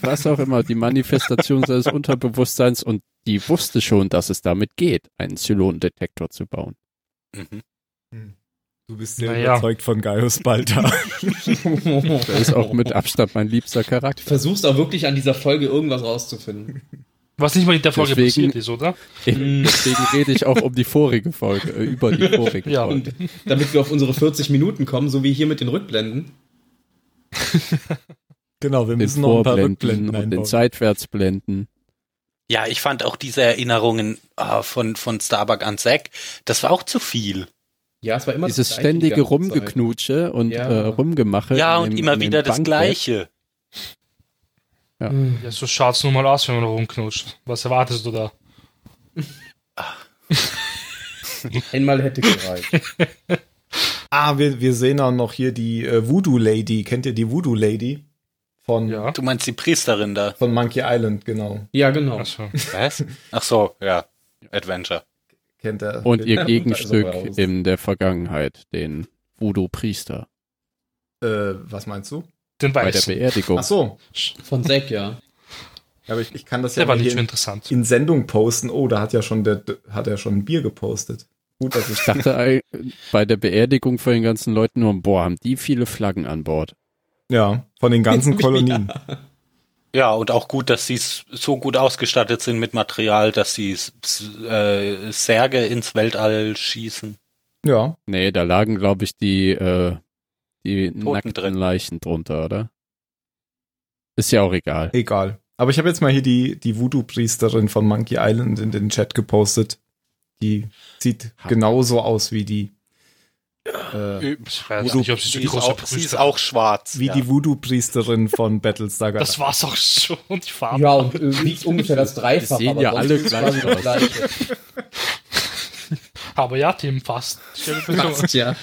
S1: was auch immer, die Manifestation seines Unterbewusstseins und die wusste schon, dass es damit geht, einen Zylonendetektor zu bauen.
S3: mhm.
S2: Du bist sehr
S5: Naja.
S2: überzeugt von Gaius Balta.
S1: Der ist auch mit Abstand mein liebster Charakter.
S2: <laughs>
S4: Du versuchst auch wirklich an dieser Folge irgendwas rauszufinden.
S5: Was nicht mal in der Folge
S1: Deswegen-
S5: passiert ist, oder?
S2: Mm.
S1: Eben, Deswegen rede ich auch um die vorige Folge, äh, über
S2: <laughs>
S1: die vorige
S5: Ja.
S1: Folge.
S4: Damit wir auf unsere 40 Minuten kommen, so wie hier mit den Rückblenden.
S2: <laughs> genau, wir
S1: Den
S2: müssen noch ein paar
S1: Vorblenden
S2: Rückblenden
S1: und den
S2: einbauen.
S1: Seitwärtsblenden.
S3: ja, ich fand auch diese Erinnerungen ah, von, von Starbuck an Zack, das war auch zu viel.
S4: Ja, es war immer
S1: Dieses
S4: das Gleiche die
S2: ne?
S1: ständige
S4: ganze Zeit.
S1: Rumgeknutsche und
S4: Ja.
S1: äh, Rumgemache.
S3: Ja,
S1: in
S3: und
S1: dem-
S3: immer
S1: in dem
S3: wieder das
S1: Bankbett.
S3: Gleiche.
S5: Ja, so schaut's nun mal aus, wenn man rumknutscht. Was erwartest du da?
S4: Einmal
S1: <laughs>
S4: hätte gereicht.
S2: Ah, wir, wir sehen auch noch hier die äh, Voodoo Lady. Kennt ihr die Voodoo Lady? Von,
S5: Ja.
S3: Du meinst die Priesterin da?
S2: von Monkey Island, genau.
S4: Ja, genau.
S5: Also,
S3: Was? Ach so, ja. Adventure.
S2: Kennt Also, er.
S1: Und ihr
S2: <laughs> Da ist er raus.
S1: Gegenstück in der Vergangenheit, den Voodoo-Priester.
S2: Äh, was meinst du?
S5: Den
S1: bei der
S5: Weißen.
S1: Beerdigung.
S2: Ach so.
S4: Von Zack, ja.
S2: Ja, Aber ich, ich kann das ja
S5: Der war
S2: mal hier
S5: nicht so
S2: in,
S5: interessant.
S2: in Sendung posten. Oh, da hat ja schon der, hat er schon ein Bier gepostet. Gut, dass ich
S1: Ich dachte äh, bei der Beerdigung von den ganzen Leuten nur, boah, haben die viele Flaggen an Bord.
S2: <laughs> ja von den ganzen Kolonien.
S3: Ja, und auch gut, dass sie s- so gut ausgestattet sind mit Material, dass sie s- s- äh, Särge ins Weltall schießen.
S2: Ja,
S1: Nee, da lagen, glaube ich, die, äh, die nackten
S3: drin.
S1: Leichen drunter, oder? Ist ja auch egal.
S2: egal. Aber ich habe jetzt mal hier die die Voodoo Priesterin von Monkey Island in den Chat gepostet. Die sieht
S1: Ha.
S2: genauso aus wie die äh,
S5: Ich weiß
S3: Ja,
S5: nicht, ob sie so
S3: sie,
S5: die
S3: ist
S5: große
S3: auch, sie ist
S5: Brüste
S3: auch schwarz.
S2: wie
S3: ja.
S2: die Voodoo Priesterin von Battlestar
S5: Das
S2: Galactica.
S5: war's auch schon, die Farbe.
S4: Ja, und äh, wiegt ungefähr das Dreifache.
S1: Die sehen ja
S4: sonst
S1: alle
S4: ist es
S1: gleich
S4: quasi das
S1: aus.
S4: Gleiche.
S1: <laughs>
S5: Aber ja, Tim, fast. Stell dir bitte mal-
S4: Tja,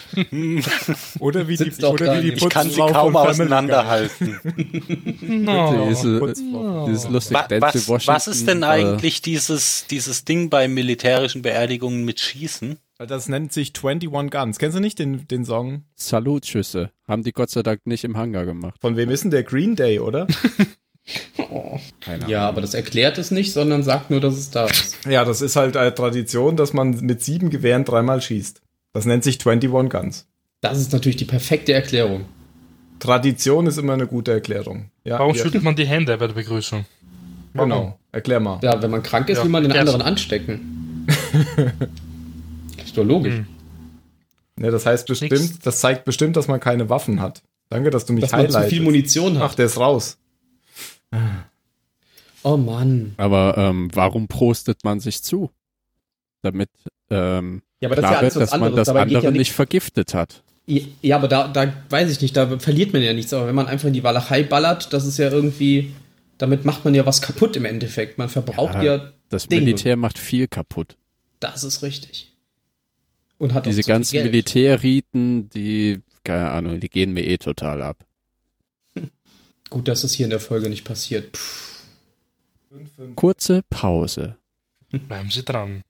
S2: Oder wie die,
S4: Sitzt auch da
S2: oder wie die
S4: nicht.
S3: ich kann sie
S2: Putzfrau
S3: kaum
S2: von Family Guy.
S3: auseinanderhalten.
S5: <laughs>
S2: Oh.
S5: No.
S1: Diese,
S2: Putzfrau.
S1: dieses lustig
S3: Wa-
S1: Denzel
S3: was,
S1: Washington,
S3: was ist denn
S1: äh,
S3: eigentlich dieses, dieses Ding bei militärischen Beerdigungen mit Schießen?
S2: Das nennt sich 21 Guns. Kennst du nicht den, den Song?
S1: Salutschüsse. Haben die Gott sei Dank nicht im Hangar gemacht.
S2: Von wem ist denn der Green Day, oder?
S4: ja, aber das erklärt es nicht, sondern sagt nur, dass es da ist.
S2: ja, das ist halt äh, Tradition, dass man mit sieben Gewehren dreimal schießt. Das nennt sich 21 Guns.
S4: Das ist natürlich die perfekte Erklärung.
S2: Tradition ist immer eine gute Erklärung. Ja,
S5: Warum
S2: ja,
S5: schüttelt man die Hände bei der Begrüßung?
S2: Genau, erklär mal.
S4: Ja, wenn man krank ist,
S5: Ja,
S4: will man den
S5: erklär's.
S4: anderen anstecken.
S1: <laughs>
S4: ist doch logisch.
S1: Hm.
S2: Ne, das heißt bestimmt,
S5: Nix.
S2: das zeigt bestimmt, dass man keine Waffen hat. Danke, dass du mich
S4: Dass man zu viel
S2: highlightest.
S4: Munition
S2: Ach,
S4: hat.
S2: der ist raus.
S4: Oh Mann.
S1: Aber ähm, warum prostet man sich zu? Damit ähm,
S4: Ja, aber das ist ja
S1: klar
S4: alles
S1: wird,
S4: was
S1: dass man
S4: anderes.
S1: das
S4: Dabei geht
S1: andere
S4: ja
S1: nicht vergiftet hat.
S4: nicht. Ja, aber da, da weiß ich nicht, da verliert man ja nichts. Aber wenn man einfach in die Walachei ballert, das ist ja irgendwie. Damit macht man ja was kaputt im Endeffekt. Man verbraucht ja,
S1: Ja, Das
S4: Dinge.
S1: Militär macht viel kaputt.
S4: Das ist richtig. Und hat
S1: Diese
S4: auch zu viel
S1: ganzen
S4: Geld.
S1: Militärriten, die, keine Ahnung, die gehen mir eh total ab.
S4: Gut, dass das hier in der Folge nicht passiert. Puh,
S1: Kurze Pause.
S5: Bleiben Sie dran.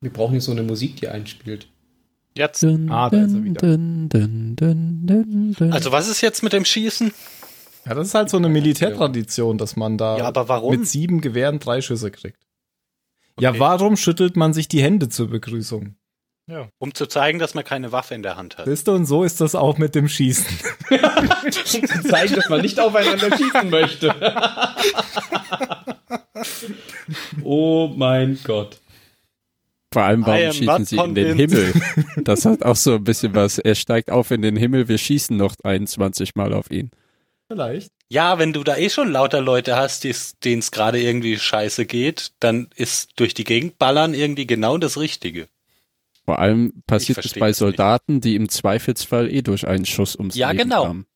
S4: wir brauchen jetzt so eine Musik, die einspielt.
S3: Jetzt.
S1: Dun,
S2: Ah, da ist er
S1: dun,
S2: wieder.
S1: dun, dun, dun, dun, dun.
S3: Also was ist jetzt mit dem Schießen?
S2: Ja, das ist halt so eine Militärtradition, dass man da
S3: Ja, aber warum?
S2: mit sieben Gewehren drei Schüsse kriegt. Ja, warum schüttelt man sich die Hände zur Begrüßung?
S3: Um zu zeigen, dass man keine Waffe in der Hand hat.
S2: Siehst du, und so ist das auch mit dem Schießen.
S4: Um <laughs> zu zeigen, dass man nicht aufeinander schießen möchte. <laughs> oh mein Gott.
S1: vor allem,
S3: I
S1: warum
S3: am not
S1: schießen sie in den
S3: convinced.
S1: Himmel? Das hat auch so ein bisschen was. Er steigt auf in den Himmel, wir schießen noch 21 Mal auf ihn.
S2: Vielleicht.
S3: Ja, wenn du da eh schon lauter Leute hast, denen es gerade irgendwie scheiße geht, dann ist durch die Gegend ballern irgendwie genau das Richtige.
S1: Vor allem passiert es
S3: versteh
S1: bei
S3: das nicht.
S1: Soldaten, die im Zweifelsfall eh durch einen Schuss ums
S3: Ja,
S1: Leben
S3: genau.
S1: kamen.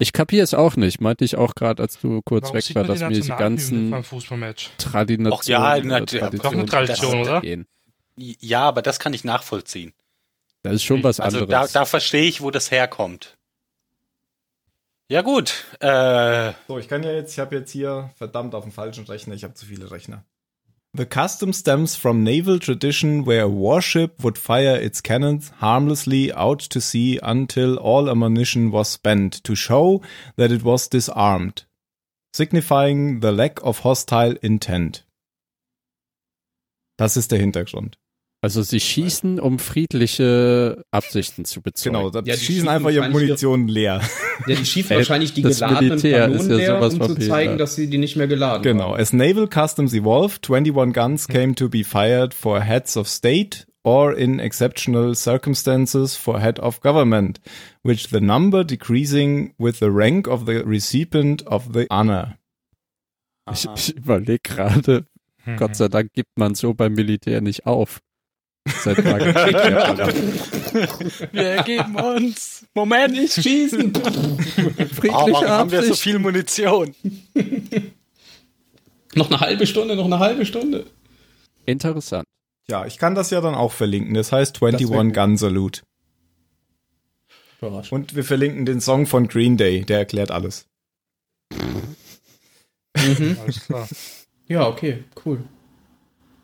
S1: Ich kapiere es auch nicht. Meinte ich auch gerade, als du kurz
S5: Warum
S1: weg
S5: sieht
S1: war,
S5: man die
S1: dass mir diese
S5: Nationalhymne
S1: ganzen
S5: beim Fußballmatch?
S1: Traditionen
S3: Och ja,
S1: oder
S3: nat- ja,
S5: braucht eine Tradition, oder?
S1: gehen.
S3: Ja, aber das kann ich nachvollziehen.
S1: Das ist schon was
S3: Also
S1: anderes.
S3: da, da verstehe ich, wo das herkommt. Ja gut, äh,
S2: So, ich kann ja jetzt, ich habe jetzt hier verdammt auf dem falschen Rechner, ich habe zu viele Rechner. The custom stems from naval tradition where a warship would fire its cannons harmlessly out to sea until all ammunition was spent to show that it was disarmed, signifying the lack of hostile intent. Das ist der Hintergrund.
S1: Also sie schießen, um friedliche Absichten zu bezeugen.
S2: Genau, da
S4: Ja, die
S2: schießen,
S4: schießen
S2: einfach ihre
S4: wahrscheinlich
S2: Munition leer.
S4: Ja, die schießen wahrscheinlich die
S1: das
S4: geladenen
S1: Militär
S4: Kanonen
S1: ist ja
S4: leer,
S1: sowas
S4: um
S1: von
S4: zu
S1: Peter.
S4: zeigen, dass sie die nicht mehr geladen
S2: Genau. Hm.
S4: haben.
S2: As naval customs evolved, 21 guns came to be fired for heads of state or in exceptional circumstances for head of government, which the number decreasing with the rank of the recipient of the honor.
S1: Ich, ich überlege gerade,
S5: Hm, Mhm.
S1: Gott sei Dank gibt man so beim Militär nicht auf. Seit
S3: <laughs>
S1: Tage steht der Ballon.
S3: wir ergeben uns. Moment, ich schießen.
S1: Friedliche Absicht.
S3: viel Munition?
S4: Noch eine halbe Stunde, noch eine halbe Stunde.
S1: Interessant.
S2: Ja, ich kann das ja dann auch verlinken. Das heißt
S4: Das wär
S2: 21
S4: gut.
S2: Gun Salute.
S4: Überraschend.
S2: Und wir verlinken den Song von Green Day, der erklärt alles.
S4: Mhm.
S5: Alles klar.
S4: Ja, okay, cool.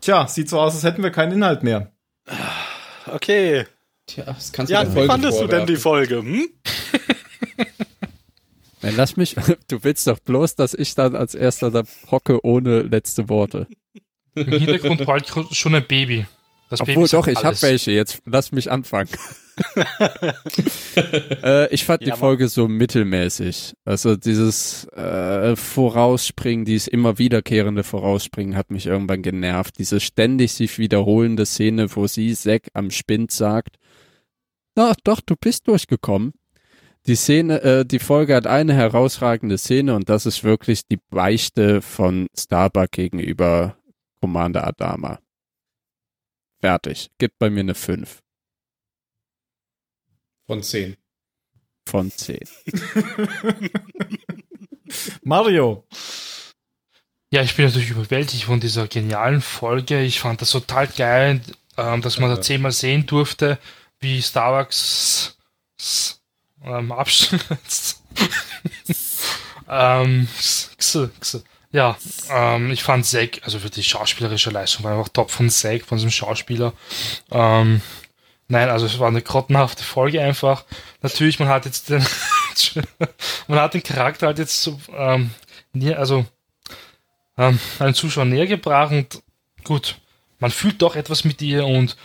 S2: Tja, sieht so aus, als hätten wir keinen Inhalt mehr. <laughs>
S3: Okay.
S4: Tja, das kannst du
S3: Ja,
S4: der
S3: wie
S4: Folge
S3: fandest du denn
S4: vorwerfen.
S3: die Folge? Hm?
S1: Nein, lass mich, <laughs> du willst doch bloß, dass ich dann als erster da hocke ohne letzte Worte.
S5: Im Hintergrund heult schon ein Baby. Das
S1: Obwohl,
S5: sagt
S1: doch, ich habe
S5: alles.
S1: welche. Jetzt lass mich
S5: <laughs>
S1: anfangen. <laughs> äh, ich fand
S3: Ja,
S1: die
S3: aber-
S1: Folge so mittelmäßig. Also dieses äh, Vorausspringen, dieses immer wiederkehrende Vorausspringen hat mich irgendwann genervt. Diese ständig sich wiederholende Szene, wo sie Zack am Spind sagt, na doch, du bist durchgekommen. Die Szene, äh, die Folge hat eine herausragende Szene und das ist wirklich die Beichte von Starbuck gegenüber Commander Adama. Fertig. Gibt bei mir eine 5
S4: Von 10.
S1: von 10.
S2: Mario.
S5: Ja, ich bin natürlich überwältigt von dieser genialen Folge. Ich fand das total geil, ähm, dass man da zehnmal sehen durfte, wie Starbucks s- ähm, abstürzt. ähm, s- x- x- ja, ähm, ich fand Zack, also für die schauspielerische Leistung war einfach top von Zack, von diesem Schauspieler. Ähm, nein, also es war eine grottenhafte Folge einfach. Natürlich, man hat jetzt den, <laughs> man hat den Charakter halt jetzt so, ähm, nie- also ähm, einem Zuschauer näher gebracht und gut, man fühlt doch etwas mit ihr und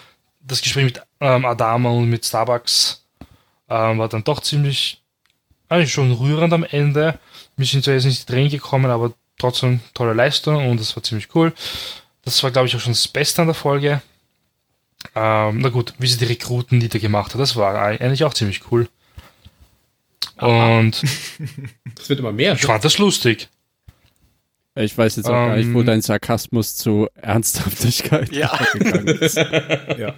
S5: das Gespräch mit ähm, Adama und mit Starbucks ähm, war dann doch ziemlich eigentlich schon rührend am Ende. Mir sind zwar jetzt nicht die Tränen gekommen, aber trotzdem tolle Leistung und das war ziemlich cool. Das war, glaube ich, auch schon das Beste an der Folge. Ähm, na gut, wie sie die Rekruten, die da gemacht hat, das war eigentlich auch ziemlich cool. Und
S4: Das wird immer mehr.
S5: ich fand das lustig.
S1: Ich weiß jetzt auch gar nicht, wo
S5: Ähm.
S1: dein Sarkasmus zu Ernsthaftigkeit
S3: Ja.
S1: <laughs> gegangen ist.
S2: Ja.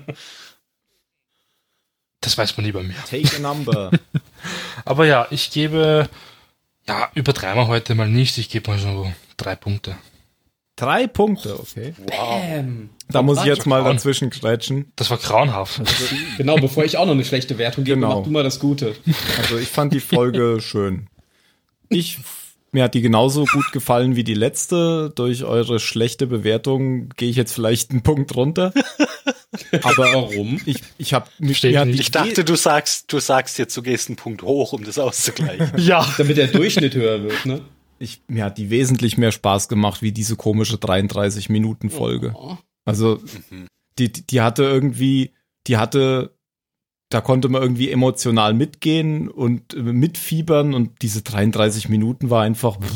S5: Das weiß man nie bei mir.
S2: Take a number.
S5: Aber ja, ich gebe, ja, übertreiben wir heute mal nicht. Ich gebe mal so drei Punkte.
S2: Drei Punkte, okay.
S4: Bam.
S2: Da muss ich jetzt mal
S5: Schauen.
S2: dazwischen grätschen.
S5: Das war grauenhaft.
S4: Genau, bevor ich auch noch eine schlechte Wertung gebe,
S2: Genau.
S4: mach du mal das Gute.
S2: Also ich fand die Folge schön. Ich, mir hat die genauso gut gefallen wie die letzte. Durch eure schlechte Bewertung gehe ich jetzt vielleicht einen Punkt runter. Aber
S4: Warum?
S2: ich, ich habe nicht.
S5: Verstehe ich
S2: mir hat die
S5: nicht.
S3: Ich dachte, du sagst, du sagst jetzt, du gehst einen Punkt hoch, um das auszugleichen.
S1: <laughs>
S5: ja.
S4: Damit der Durchschnitt höher wird, ne?
S2: ich, mir hat die wesentlich mehr Spaß gemacht wie diese komische 33 Minuten Folge. Also
S1: Mhm.
S2: die, die die hatte irgendwie, die hatte, da konnte man irgendwie emotional mitgehen und äh, mitfiebern und diese 33 Minuten war einfach pff.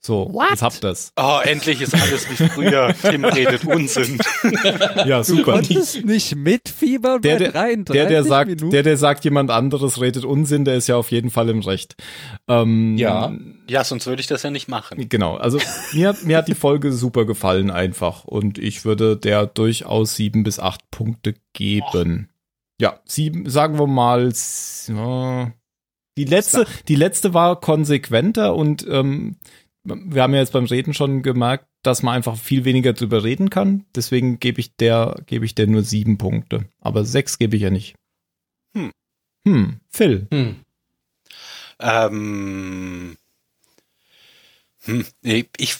S2: so. Jetzt
S1: <laughs>
S2: habt das.
S3: Oh, endlich ist alles wie früher. Tim redet Unsinn.
S2: Ja super.
S1: Konntest nicht mitfiebern
S2: Der,
S1: bei
S2: der,
S1: 33
S2: der, der sagt,
S1: Minuten?
S2: der, der sagt, jemand anderes redet Unsinn, der ist ja auf jeden Fall im Recht. Ähm,
S4: Ja.
S3: Ja, sonst würde ich das ja nicht machen.
S2: Genau, also mir, hat- mir hat die Folge super gefallen einfach und ich würde der durchaus sieben bis acht Punkte geben. Ja, sieben, sagen wir mal, s- ja. die letzte, die letzte war konsequenter und ähm, wir haben ja jetzt beim Reden schon gemerkt, dass man einfach viel weniger drüber reden kann. Deswegen gebe ich der, gebe ich der nur sieben Punkte. Aber sechs gebe ich ja nicht.
S3: Hm.
S2: Hm, Phil.
S4: Hm.
S3: Ähm, hm, nee, ich,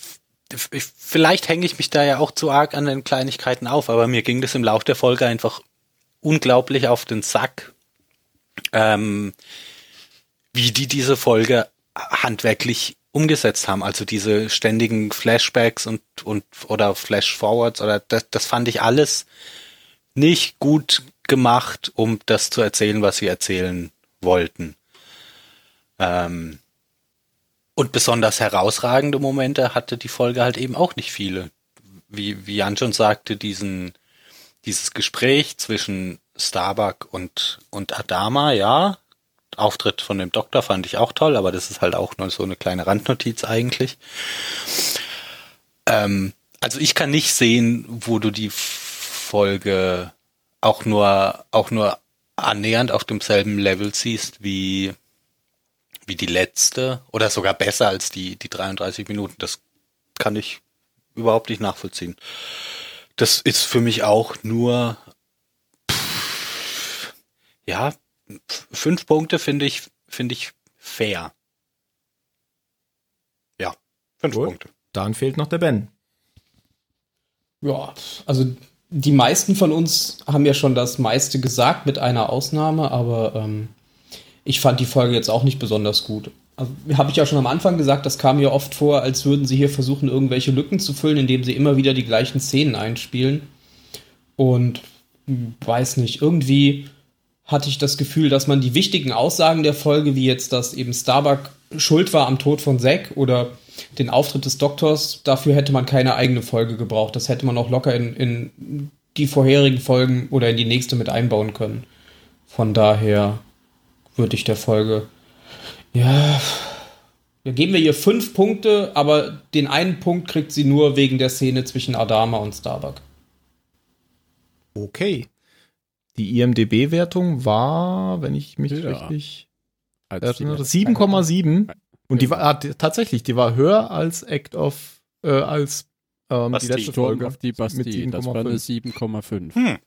S3: ich, vielleicht hänge ich mich da ja auch zu arg an den Kleinigkeiten auf, aber mir ging das im Lauf der Folge einfach unglaublich auf den Sack, ähm, wie die diese Folge handwerklich umgesetzt haben. Also diese ständigen Flashbacks und, und oder Flashforwards oder das, das fand ich alles nicht gut gemacht, um das zu erzählen, was sie erzählen wollten. Ähm, und besonders herausragende Momente hatte die Folge halt eben auch nicht viele. Wie, wie Jan schon sagte, diesen, dieses Gespräch zwischen Starbuck und, und Adama, ja. Auftritt von dem Doktor fand ich auch toll, aber das ist halt auch nur so eine kleine Randnotiz eigentlich. Ähm, also ich kann nicht sehen, wo du die Folge auch nur, auch nur annähernd auf demselben Level siehst wie wie die letzte oder sogar besser als die, die 33 Minuten. Das kann ich überhaupt nicht nachvollziehen. Das ist für mich auch nur, pff, ja, f- fünf Punkte finde ich, finde ich fair. Ja, fünf
S2: Gut.
S3: Punkte.
S2: Dann fehlt noch der Ben.
S4: Ja, also die meisten von uns haben ja schon das meiste gesagt, mit einer Ausnahme, aber ähm, ich fand die Folge jetzt auch nicht besonders gut. Also, habe ich ja schon am Anfang gesagt, das kam mir oft vor, als würden sie hier versuchen, irgendwelche Lücken zu füllen, indem sie immer wieder die gleichen Szenen einspielen. Und hm, weiß nicht, irgendwie hatte ich das Gefühl, dass man die wichtigen Aussagen der Folge, wie jetzt, dass eben Starbuck schuld war am Tod von Zack oder den Auftritt des Doktors, dafür hätte man keine eigene Folge gebraucht. Das hätte man auch locker in, in die vorherigen Folgen oder in die nächste mit einbauen können. Von daher würde ich der Folge, ja, wir geben wir ihr fünf Punkte, aber den einen Punkt kriegt sie nur wegen der Szene zwischen Adama und Starbuck.
S2: Okay. Die IMDB-Wertung war, wenn ich mich
S1: Ja.
S2: richtig
S1: Als
S2: erinnere,
S1: die-
S2: 7,7. Und die war ah, die- tatsächlich, die war höher als Act of, äh, als ähm, die
S3: Bastille.
S2: letzte
S1: Sturm
S2: Folge.
S1: auf die Bastille. Das war eine 7,5.
S3: Hm.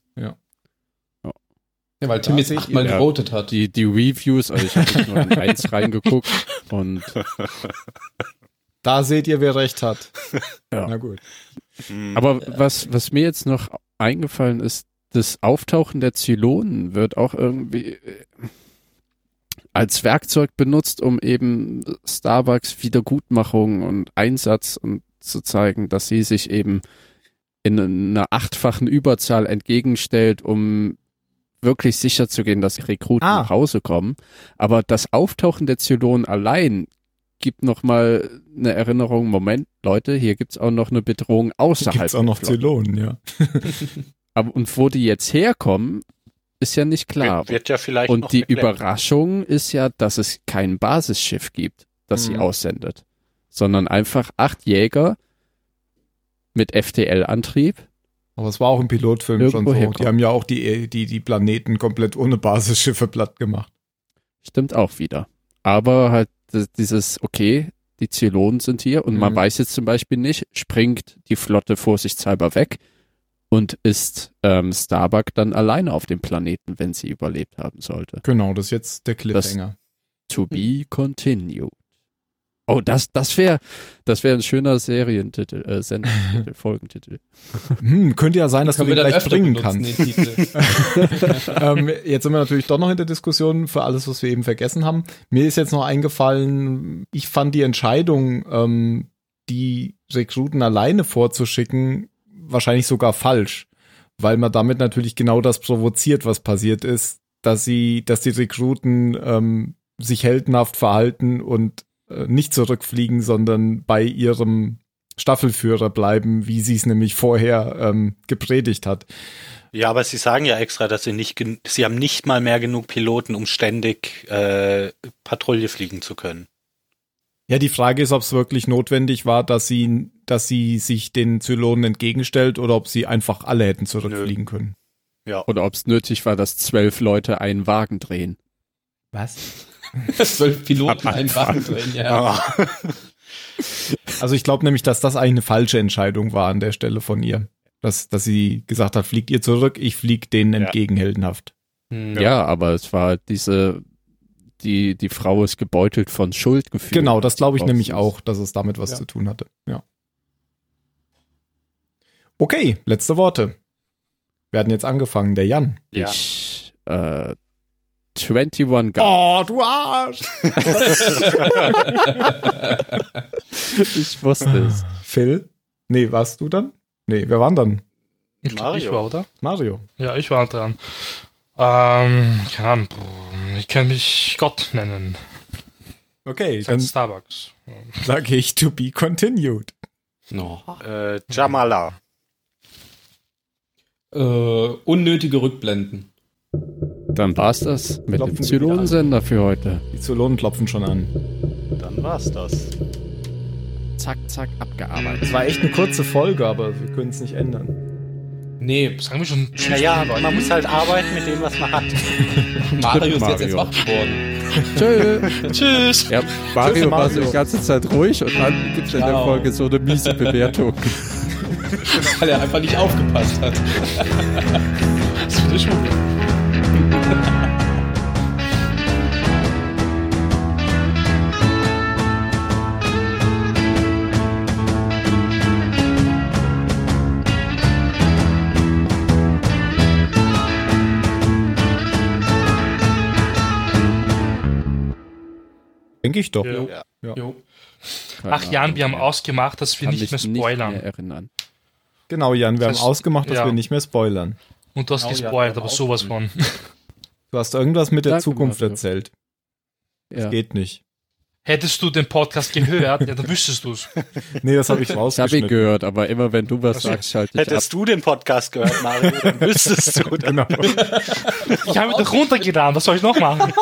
S4: Ja, weil Tim
S2: Da
S4: jetzt
S2: seht ihr-
S4: achtmal
S1: Ja.
S4: gevotet hat.
S1: Die, die Reviews, also ich habe nur in <laughs> eins reingeguckt und
S2: Da seht ihr, wer recht hat.
S1: <laughs> Ja.
S2: Na gut.
S3: Hm.
S1: Aber was, was mir jetzt noch eingefallen ist, das Auftauchen der Zylonen wird auch irgendwie äh, als Werkzeug benutzt, um eben Starbucks Wiedergutmachung und Einsatz und zu zeigen, dass sie sich eben in einer achtfachen Überzahl entgegenstellt, um wirklich sicher zu gehen, dass die Rekruten
S2: Ah.
S1: nach Hause kommen. Aber das Auftauchen der Zylonen allein gibt nochmal eine Erinnerung, Moment, Leute, hier gibt's auch noch eine Bedrohung außerhalb.
S2: Gibt's auch noch
S1: der Flotte.
S2: Zylonen, ja.
S1: Aber, und wo die jetzt herkommen, ist ja nicht klar.
S3: Wird, wird ja vielleicht noch
S1: und die
S3: geklärt.
S1: Überraschung ist ja, dass es kein Basisschiff gibt, das sie
S2: Mhm.
S1: aussendet, sondern einfach acht Jäger mit FTL-Antrieb.
S2: Aber es war auch im Pilotfilm
S1: Irgendwo
S2: schon so.
S1: herkommt.
S2: Die haben ja auch die, äh, die, die Planeten komplett ohne Basisschiffe platt gemacht.
S1: Stimmt auch wieder. Aber halt d- dieses, okay, die Zylonen sind hier und man
S2: Mhm.
S1: weiß jetzt zum Beispiel nicht, springt die Flotte vorsichtshalber weg und ist ähm, Starbuck dann alleine auf dem Planeten, wenn sie überlebt haben sollte.
S2: Genau, das ist jetzt der Cliffhanger.
S1: To be continued. Oh, das, das wäre das wär ein schöner Serientitel, äh, Sendentitel, Folgentitel.
S2: Hm, könnte ja sein, dass du
S4: Können
S2: den
S4: wir dann
S2: gleich
S4: öfter
S2: bringen
S4: benutzen,
S2: kannst.
S4: den Titel.
S2: ähm, jetzt sind wir natürlich doch noch in der Diskussion für alles, was wir eben vergessen haben. Mir ist jetzt noch eingefallen, ich fand die Entscheidung, ähm, die Rekruten alleine vorzuschicken, wahrscheinlich sogar falsch, weil man damit natürlich genau das provoziert, was passiert ist, dass sie, dass die Rekruten ähm, sich heldenhaft verhalten und äh, nicht zurückfliegen, sondern bei ihrem Staffelführer bleiben, wie sie es nämlich vorher ähm, gepredigt hat.
S3: Ja, aber sie sagen ja extra, dass sie nicht, gen- sie haben nicht mal mehr genug Piloten, um ständig äh, Patrouille fliegen zu können.
S2: Ja, die Frage ist, ob es wirklich notwendig war, dass sie, dass sie sich den Zylonen entgegenstellt oder ob sie einfach alle hätten zurückfliegen können.
S1: Oder ob es nötig war, dass zwölf Leute einen Wagen drehen.
S2: Was?
S4: <laughs> Zwölf Piloten einfach drin, ja.
S3: Ah.
S2: Also ich glaube nämlich, dass das eigentlich eine falsche Entscheidung war an der Stelle von ihr. Dass, dass sie gesagt hat, fliegt ihr zurück, ich flieg denen
S5: Ja.
S2: entgegen heldenhaft.
S5: Hm.
S1: Ja, aber es war halt diese, die, die Frau ist gebeutelt von Schuldgefühlen.
S2: Genau, das glaube ich
S1: Raus
S2: nämlich
S1: ist.
S2: auch, dass es damit was
S4: Ja.
S2: zu tun hatte. Ja. Okay, letzte Worte. Wir hatten jetzt angefangen, der Jan.
S3: Ja.
S1: Ich, äh, 21 Gun.
S5: Ah.
S2: Oh, du Arsch!
S1: Ich wusste es.
S2: Phil? Nee, warst du dann? Nee, wer waren dann?
S5: Ich, glaub, ich
S3: Mario.
S5: war, oder?
S2: Mario.
S5: Ja, ich war dran. Ähm, keine Ahnung. Ich kann mich Gott nennen.
S2: Okay,
S5: Ich
S2: dann
S5: Starbucks.
S2: sage ich to be continued.
S4: No.
S3: Äh, Jamala.
S4: Äh, unnötige Rückblenden.
S1: Dann war's das mit
S2: Klopfen
S1: dem
S2: Sie wieder an.
S1: Zylonensender für heute.
S2: Die Zylonen klopfen schon an.
S3: Dann war's das.
S1: Zack, zack, abgearbeitet.
S2: Es war echt eine kurze Folge, aber wir können es nicht ändern.
S4: Nee,
S5: Sagen wir schon Tschüss.
S3: Naja, man muss halt arbeiten mit dem, was man hat.
S4: Mario ist
S1: Mario.
S4: jetzt jetzt wach geworden.
S1: Tschö.
S2: <laughs>
S5: Tschüss.
S1: Ja, Mario war so
S2: Mario.
S1: die ganze Zeit ruhig und dann gibt's in der
S4: Ciao.
S1: Folge so eine
S2: <laughs>
S1: miese Bewertung.
S4: Weil er einfach nicht aufgepasst hat.
S2: Denk Denke ich doch.
S5: Ja.
S4: Jo.
S5: Ach Jan, wir haben ausgemacht, dass wir
S1: Kann
S5: nicht mehr
S1: mich
S5: spoilern.
S1: Nicht mehr erinnern.
S2: Genau, Jan, wir
S5: Das-
S2: haben ausgemacht, dass
S5: ja.
S2: wir nicht mehr spoilern.
S5: Und du hast
S3: Genau, ja,
S5: gespoilt,
S3: wir haben
S5: aber sowas von.
S2: Du hast irgendwas mit der
S1: Danke,
S2: Zukunft
S1: Mario.
S2: erzählt.
S1: Ja.
S2: Geht nicht.
S5: Hättest du den Podcast gehört, ja, dann wüsstest du es.
S2: Nee, <laughs> das habe
S1: Ich
S2: ich
S1: habe ihn
S2: rausgeschnitten.
S1: gehört, aber immer wenn du was
S5: Also,
S1: sagst, schalte ich ab.
S3: <laughs> Hättest du den Podcast gehört, Mario, dann wüsstest du. Dann.
S2: Genau.
S5: Ich habe ihn doch runtergeladen, was soll ich noch machen?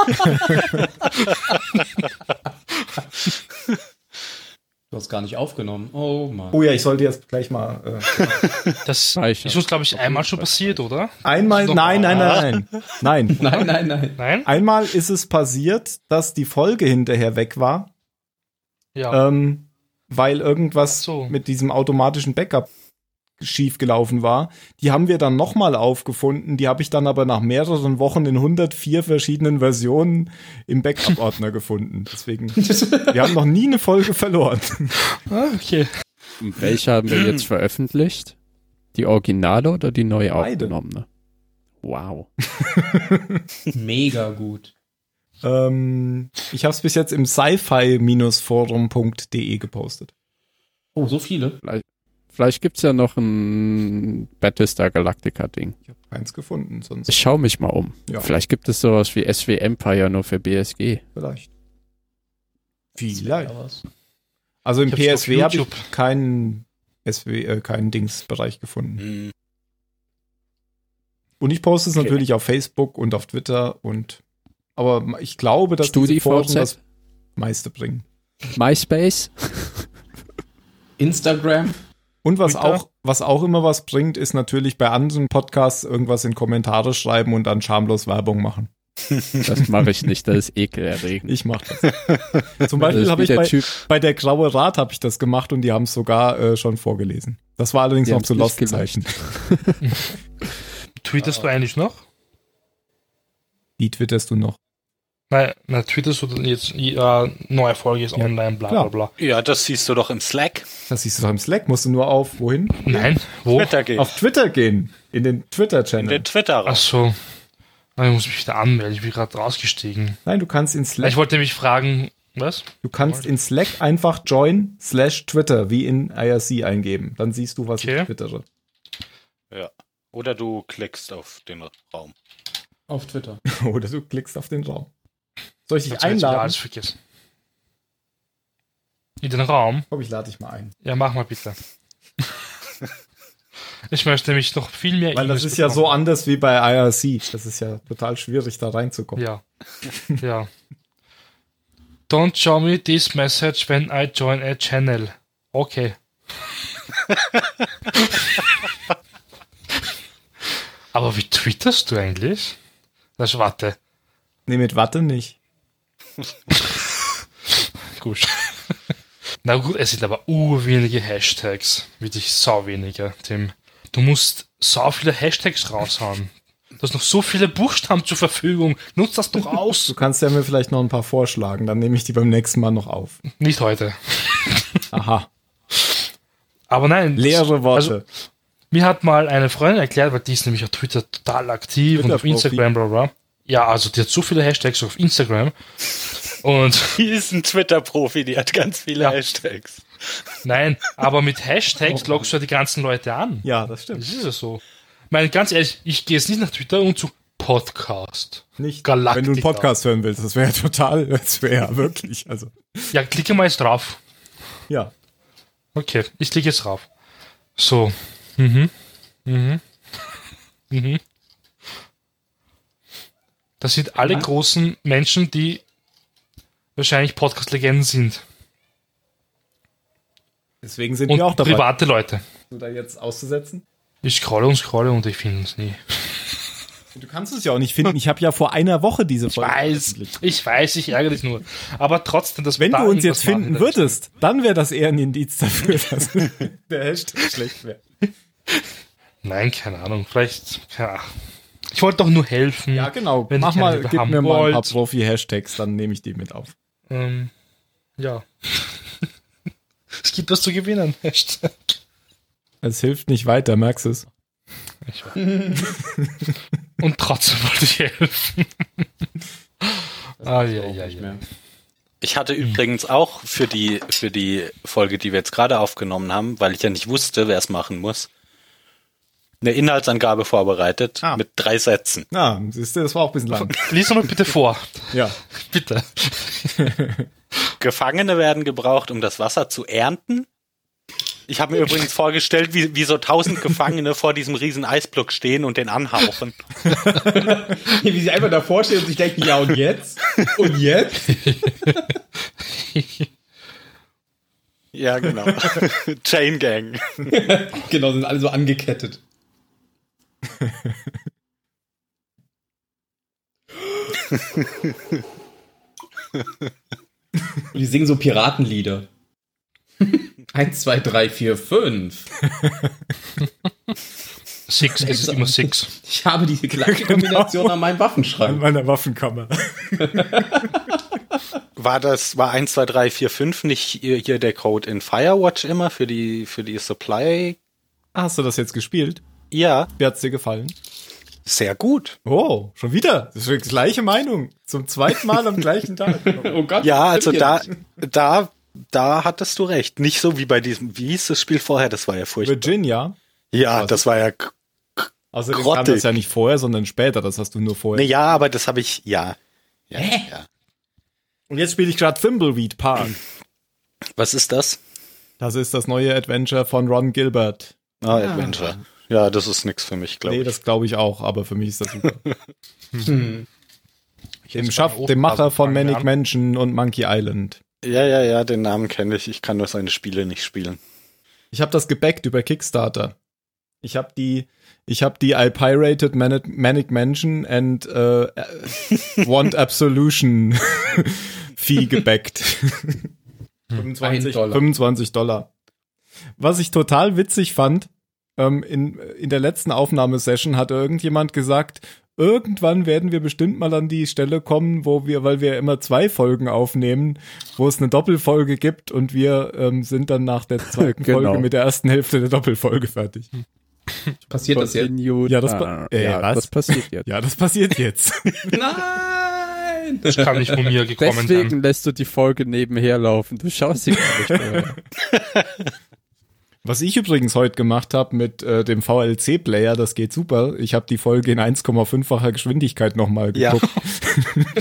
S4: Du hast gar nicht aufgenommen. Oh
S2: <laughs>
S4: Mann.
S2: Oh ja, ich sollte jetzt gleich mal. Äh,
S5: Das
S1: Speichern.
S5: ist uns, glaube ich, einmal schon passiert, oder?
S2: einmal.
S5: Doch.
S2: Nein, nein, nein, <laughs> nein. Nein.
S4: Nein, nein, nein.
S5: Nein?
S2: Einmal ist es passiert, dass die Folge hinterher weg war,
S5: Ja.
S2: ähm, weil irgendwas
S5: Ach so.
S2: mit diesem automatischen Backup schief gelaufen war. Die haben wir dann nochmal aufgefunden. Die habe ich dann aber nach mehreren Wochen in 104 verschiedenen Versionen im Backup-Ordner <laughs> gefunden. Deswegen,
S4: <laughs>
S2: wir haben noch nie eine Folge verloren.
S5: Ah, okay.
S1: Und Welche haben wir
S2: <clears throat>
S1: jetzt veröffentlicht? Die Originale oder die neu
S2: Beide.
S1: aufgenommene? Wow.
S4: Mega gut.
S2: ähm, ich habe es bis jetzt im sci-fi-forum.de gepostet.
S4: Oh, so viele.
S1: Vielleicht gibt's ja noch ein Battlestar Galactica-Ding.
S2: Ich habe eins gefunden, sonst
S1: Ich schaue mich mal um.
S2: Ja.
S1: Vielleicht gibt es sowas wie SW Empire nur für BSG.
S2: vielleicht.
S4: Das wär
S2: Vielleicht.
S4: ja was.
S2: Also im
S5: Ich hab's auf
S2: PSW habe ich
S5: YouTube.
S2: keinen SW, äh, keinen Dingsbereich gefunden.
S3: Hm.
S2: Und ich poste es
S1: Okay.
S2: natürlich auf Facebook und auf Twitter und aber ich glaube, dass diese Foren das
S1: StudiVZ?
S2: meiste bringen.
S1: MySpace?
S4: Instagram. <laughs>
S2: Und was
S5: Twitter?
S2: auch, was auch immer was bringt, ist natürlich bei anderen Podcasts irgendwas in Kommentare schreiben und dann schamlos Werbung machen.
S1: Das mache ich nicht, das ist ekelerregend. <laughs>
S2: Ich mache das. <laughs>
S1: Das
S2: Zum Beispiel
S1: ist
S2: habe
S1: wie
S2: ich
S1: der
S2: bei,
S1: Typ,
S2: bei der Graue Rat habe ich das gemacht und die haben es sogar äh, schon vorgelesen. Das war allerdings
S1: Die
S2: noch
S1: haben's
S2: zu
S1: nicht
S2: Lost-Zeiten.
S5: Tweetest
S2: Ah.
S5: du eigentlich noch?
S2: Die twitterst du noch.
S5: Nein, na, tweetest du dann jetzt, ja, neue Folge ist online, bla bla
S2: klar.
S5: bla.
S3: <laughs> Ja, das siehst du doch im Slack.
S2: Das siehst du doch im Slack, musst du nur auf wohin?
S5: Nein, wo?
S3: Twitter geht.
S2: Auf Twitter gehen. In den
S3: In Oh, den
S2: Twitter-Channel.
S3: Twitter raus.
S5: Achso. Ich muss mich wieder anmelden, ich bin gerade rausgestiegen.
S2: Nein, du kannst in
S5: Ich
S2: Slack,
S5: wollte nämlich fragen, was?
S2: du kannst in Slack einfach join slash Twitter wie in IRC eingeben. Dann siehst du, was
S5: Okay.
S2: ich twittere. <laughs>
S3: Oder du klickst auf den Raum.
S4: Auf Twitter.
S2: Oder du klickst auf den Raum. Soll ich dich
S5: hab jetzt wieder
S2: einladen?
S5: alles vergessen. In den Raum?
S2: Komm, ich lade dich mal ein.
S5: Ja, mach
S2: <laughs>
S5: mal bitte. ich möchte nämlich noch viel mehr
S2: Weil das
S5: E-Mails
S2: ist ja so
S5: bekommen.
S2: anders wie bei IRC. Das ist ja total schwierig, da reinzukommen.
S5: Ja. ja. Don't show me this message when I join a channel. Okay. Aber wie twitterst du eigentlich? Das warte.
S2: Nee, mit Watte nicht.
S5: Gut. Na gut, es sind aber urwenige Hashtags. Wirklich sau wenige, Tim. Du musst sau viele Hashtags raushauen. Du hast noch so viele Buchstaben zur Verfügung. Nutz das doch aus.
S2: <laughs> Du kannst ja mir vielleicht noch ein paar vorschlagen, dann nehme ich die beim nächsten Mal noch auf.
S5: Nicht heute.
S2: Aha.
S5: Aber nein.
S2: Leere
S5: Also,
S2: Worte.
S5: Mir hat mal eine Freundin erklärt, weil die ist nämlich auf Twitter total aktiv und auf
S2: Twitter-Profi.
S5: Instagram, bla bla. Ja, also die hat so viele Hashtags auf Instagram. Und <laughs>
S3: Die ist ein Twitter-Profi, die hat ganz viele
S5: Ja.
S3: Hashtags.
S5: nein, aber mit Hashtags lockst du ja die ganzen Leute an.
S2: ja, das stimmt.
S5: Das ist ja so. Ich meine, ganz ehrlich, ich gehe jetzt nicht nach Twitter und zu Podcast.
S2: Nicht,
S5: Galactica.
S2: wenn du einen Podcast hören willst, das wäre total, <laughs> das wäre ja wirklich, also,
S5: Ja, klicke mal jetzt drauf.
S2: ja.
S5: Okay, ich klicke jetzt drauf. So. Mhm. <laughs> Mhm. Mhm. Das sind alle großen Menschen, die wahrscheinlich Podcast-Legenden sind.
S2: Deswegen sind
S5: Und
S2: wir auch dabei,
S5: private Leute.
S2: du da jetzt auszusetzen.
S5: Ich scrolle und scrolle und ich finde uns nie.
S2: Du kannst es ja auch nicht finden. Ich habe ja vor einer Woche diese Folge. veröffentlicht.
S5: ich weiß, ich ärgere dich nur. Aber trotzdem, dass wir
S2: Wenn
S5: da
S2: du uns jetzt
S5: irgendwas machen,
S2: finden
S5: dann-
S2: würdest, dann wäre das eher ein Indiz dafür, <laughs> dass der Hashtag
S5: <laughs>
S2: schlecht wäre.
S5: Nein, keine Ahnung. Vielleicht, keine Ahnung. Ich wollte doch nur helfen.
S2: Ja, genau.
S5: Wenn
S2: Mach
S5: ich
S2: mal,
S5: eine
S2: gib
S5: haben
S2: mir mal ein paar
S5: wollt.
S2: Profi-Hashtags, dann nehme ich die mit auf.
S5: Ähm, ja. <laughs> es gibt was zu gewinnen. <laughs>
S2: Es hilft nicht weiter, merkst du es?
S5: Ich weiß. Und trotzdem wollte ich helfen. ah, ja, ja,
S4: Nicht
S5: ja.
S4: mehr.
S3: Ich hatte übrigens auch für die, für die Folge, die wir jetzt gerade aufgenommen haben, weil ich ja nicht wusste, wer es machen muss, eine Inhaltsangabe vorbereitet
S2: Ah.
S3: mit drei Sätzen.
S2: Na, siehst du, das war auch ein bisschen
S5: <laughs>
S2: lang.
S5: Lies doch mal bitte vor.
S2: Ja.
S5: Bitte.
S3: Gefangene werden gebraucht, um das Wasser zu ernten. Ich habe mir übrigens vorgestellt, wie, wie so tausend Gefangene vor diesem riesen Eisblock stehen und den anhauchen.
S4: Wie sie einfach davor stehen und sich denken, ja und jetzt? Und jetzt?
S3: Ja, genau. <laughs> Chain Gang.
S4: Genau, sind alle so angekettet. Und die singen so Piratenlieder. <laughs> Eins, zwei, drei, vier, fünf.
S5: Six, es ist immer Six.
S4: Ich habe diese gleiche Kombination Genau. an meinem
S2: An
S4: Waffenschrank.
S2: meiner Waffenkammer. <laughs>
S3: War das, war 1, 2, 3, 4, 5 nicht hier, hier der Code in Firewatch immer für die, für die Supply?
S2: Hast du das jetzt gespielt?
S3: Ja,
S2: Wie hat's dir gefallen?
S3: sehr gut.
S2: Oh, schon wieder. Das ist die gleiche Meinung. Zum zweiten Mal am gleichen
S5: <laughs>
S2: Tag.
S4: Oh Gott.
S3: Ja, also
S4: stimmt
S3: da,
S4: nicht.
S3: da, da hattest du recht. Nicht so wie bei diesem, wie hieß das Spiel vorher? Das war ja furchtbar.
S2: Virginia.
S3: Ja, das war ja, k-
S2: Also das kam
S3: Grottig.
S2: das ja nicht vorher, sondern später. Das hast du nur
S3: nee,
S2: vorher.
S3: ja, aber das habe ich, ja. Ja, ja.
S2: Und jetzt spiele ich gerade Thimbleweed Park.
S3: Was ist das?
S2: Das ist das neue Adventure von Ron Gilbert.
S3: Ah, Adventure. Ja, das ist nix für mich, glaube
S2: nee,
S3: ich.
S2: das glaube ich auch, aber für mich ist das
S4: <laughs>
S2: super.
S4: Hm.
S2: dem, Schaff, dem Macher von Manic Mansion und Monkey Island.
S3: Ja, ja, ja, den Namen kenne ich. Ich kann nur seine Spiele nicht spielen.
S2: Ich habe das gebackt über Kickstarter. Ich habe die, ich habe die I pirated Manic, Manic Mansion and äh, äh, Want Absolution <laughs> Fee gebackt. 25,
S4: Hm, Ein Dollar.
S2: 25 Dollar. Was ich total witzig fand, ähm, in, in der letzten Aufnahmesession hat irgendjemand gesagt, irgendwann werden wir bestimmt mal an die Stelle kommen, wo wir, weil wir immer zwei Folgen aufnehmen, wo es eine Doppelfolge gibt und wir ähm, sind dann nach der <laughs> zweiten
S1: Genau.
S2: Folge mit der ersten Hälfte der Doppelfolge fertig.
S4: Passiert das jetzt?
S1: Continue
S2: Ja, das
S1: time.
S2: pa- äh,
S1: Ah, ja,
S2: was?
S1: das passiert jetzt.
S2: <laughs> Ja, das passiert jetzt.
S4: Nein!
S5: Das kann nicht von mir gekommen sein.
S1: Deswegen lässt du die Folge nebenher laufen. Du schaust sie gar nicht mehr.
S2: <laughs> <laughs> Was ich übrigens heute gemacht habe mit äh, dem VLC-Player, das geht super. Ich habe die Folge in 1,5-facher Geschwindigkeit nochmal
S3: Ja.
S2: <laughs> geguckt.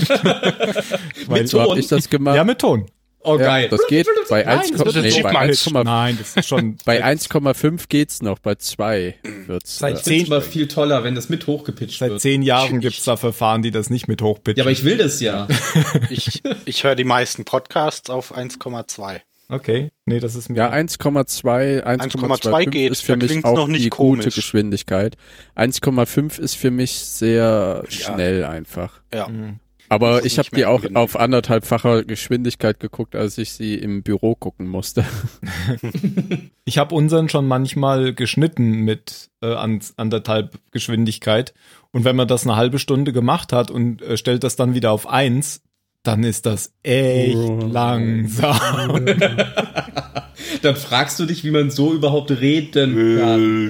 S2: Weil,
S4: Mit
S1: So
S4: Ton?
S1: hab ich das gemacht.
S2: Ja, mit Ton.
S4: Oh, geil.
S1: Ja, das geht. Bei
S2: Nein, das
S1: 1,5
S2: wird
S1: nee,
S5: Chipmunks.
S1: bei 1,5
S2: Nein, das ist schon
S1: bei 1,5 geht's noch, bei 2 wird's.
S2: Seit
S1: äh,
S4: Ich finde
S2: zehn-
S4: es immer viel toller, wenn das mit hochgepitcht
S2: seit
S4: wird.
S2: zehn Jahren gibt's da Verfahren, die das nicht mit hochpitchen.
S4: Ja, aber ich will das ja.
S3: Ich, ich höre die meisten Podcasts auf 1,2.
S2: okay, nee, das ist mir.
S1: ja, 1,2, 1,2
S3: geht,
S1: ist für
S3: da
S1: mich
S3: klingt's
S1: auch
S3: noch nicht
S1: die
S3: komisch.
S1: gute Geschwindigkeit. 1,5 ist für mich sehr schnell einfach.
S3: Ja.
S1: Aber
S3: Das ist
S1: ich habe
S3: nicht
S1: die
S3: mehr
S1: auch
S3: genug.
S1: auf anderthalbfacher Geschwindigkeit geguckt, als ich sie im Büro gucken musste. <laughs>
S2: Ich habe unseren schon manchmal geschnitten mit äh, an, anderthalb Geschwindigkeit. Und wenn man das eine halbe Stunde gemacht hat und äh, stellt das dann wieder auf eins, dann ist das echt langsam.
S4: Dann fragst du dich, wie man so überhaupt reden kann.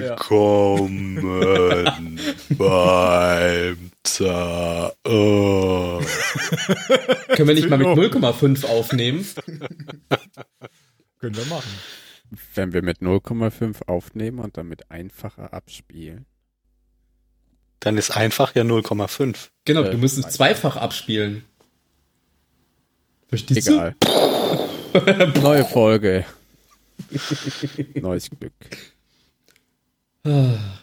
S3: <laughs>
S6: Willkommen beim Oh. Zahn.
S4: Können wir nicht mal mit 0,5 aufnehmen?
S2: <laughs> Können wir machen.
S1: Wenn wir mit 0,5 aufnehmen und dann mit einfacher abspielen.
S3: Dann ist einfach ja 0,5.
S4: Genau, du musst es zweifach abspielen. Verstehst
S1: Egal. Neue Folge. Neues Glück.
S4: du? Ah,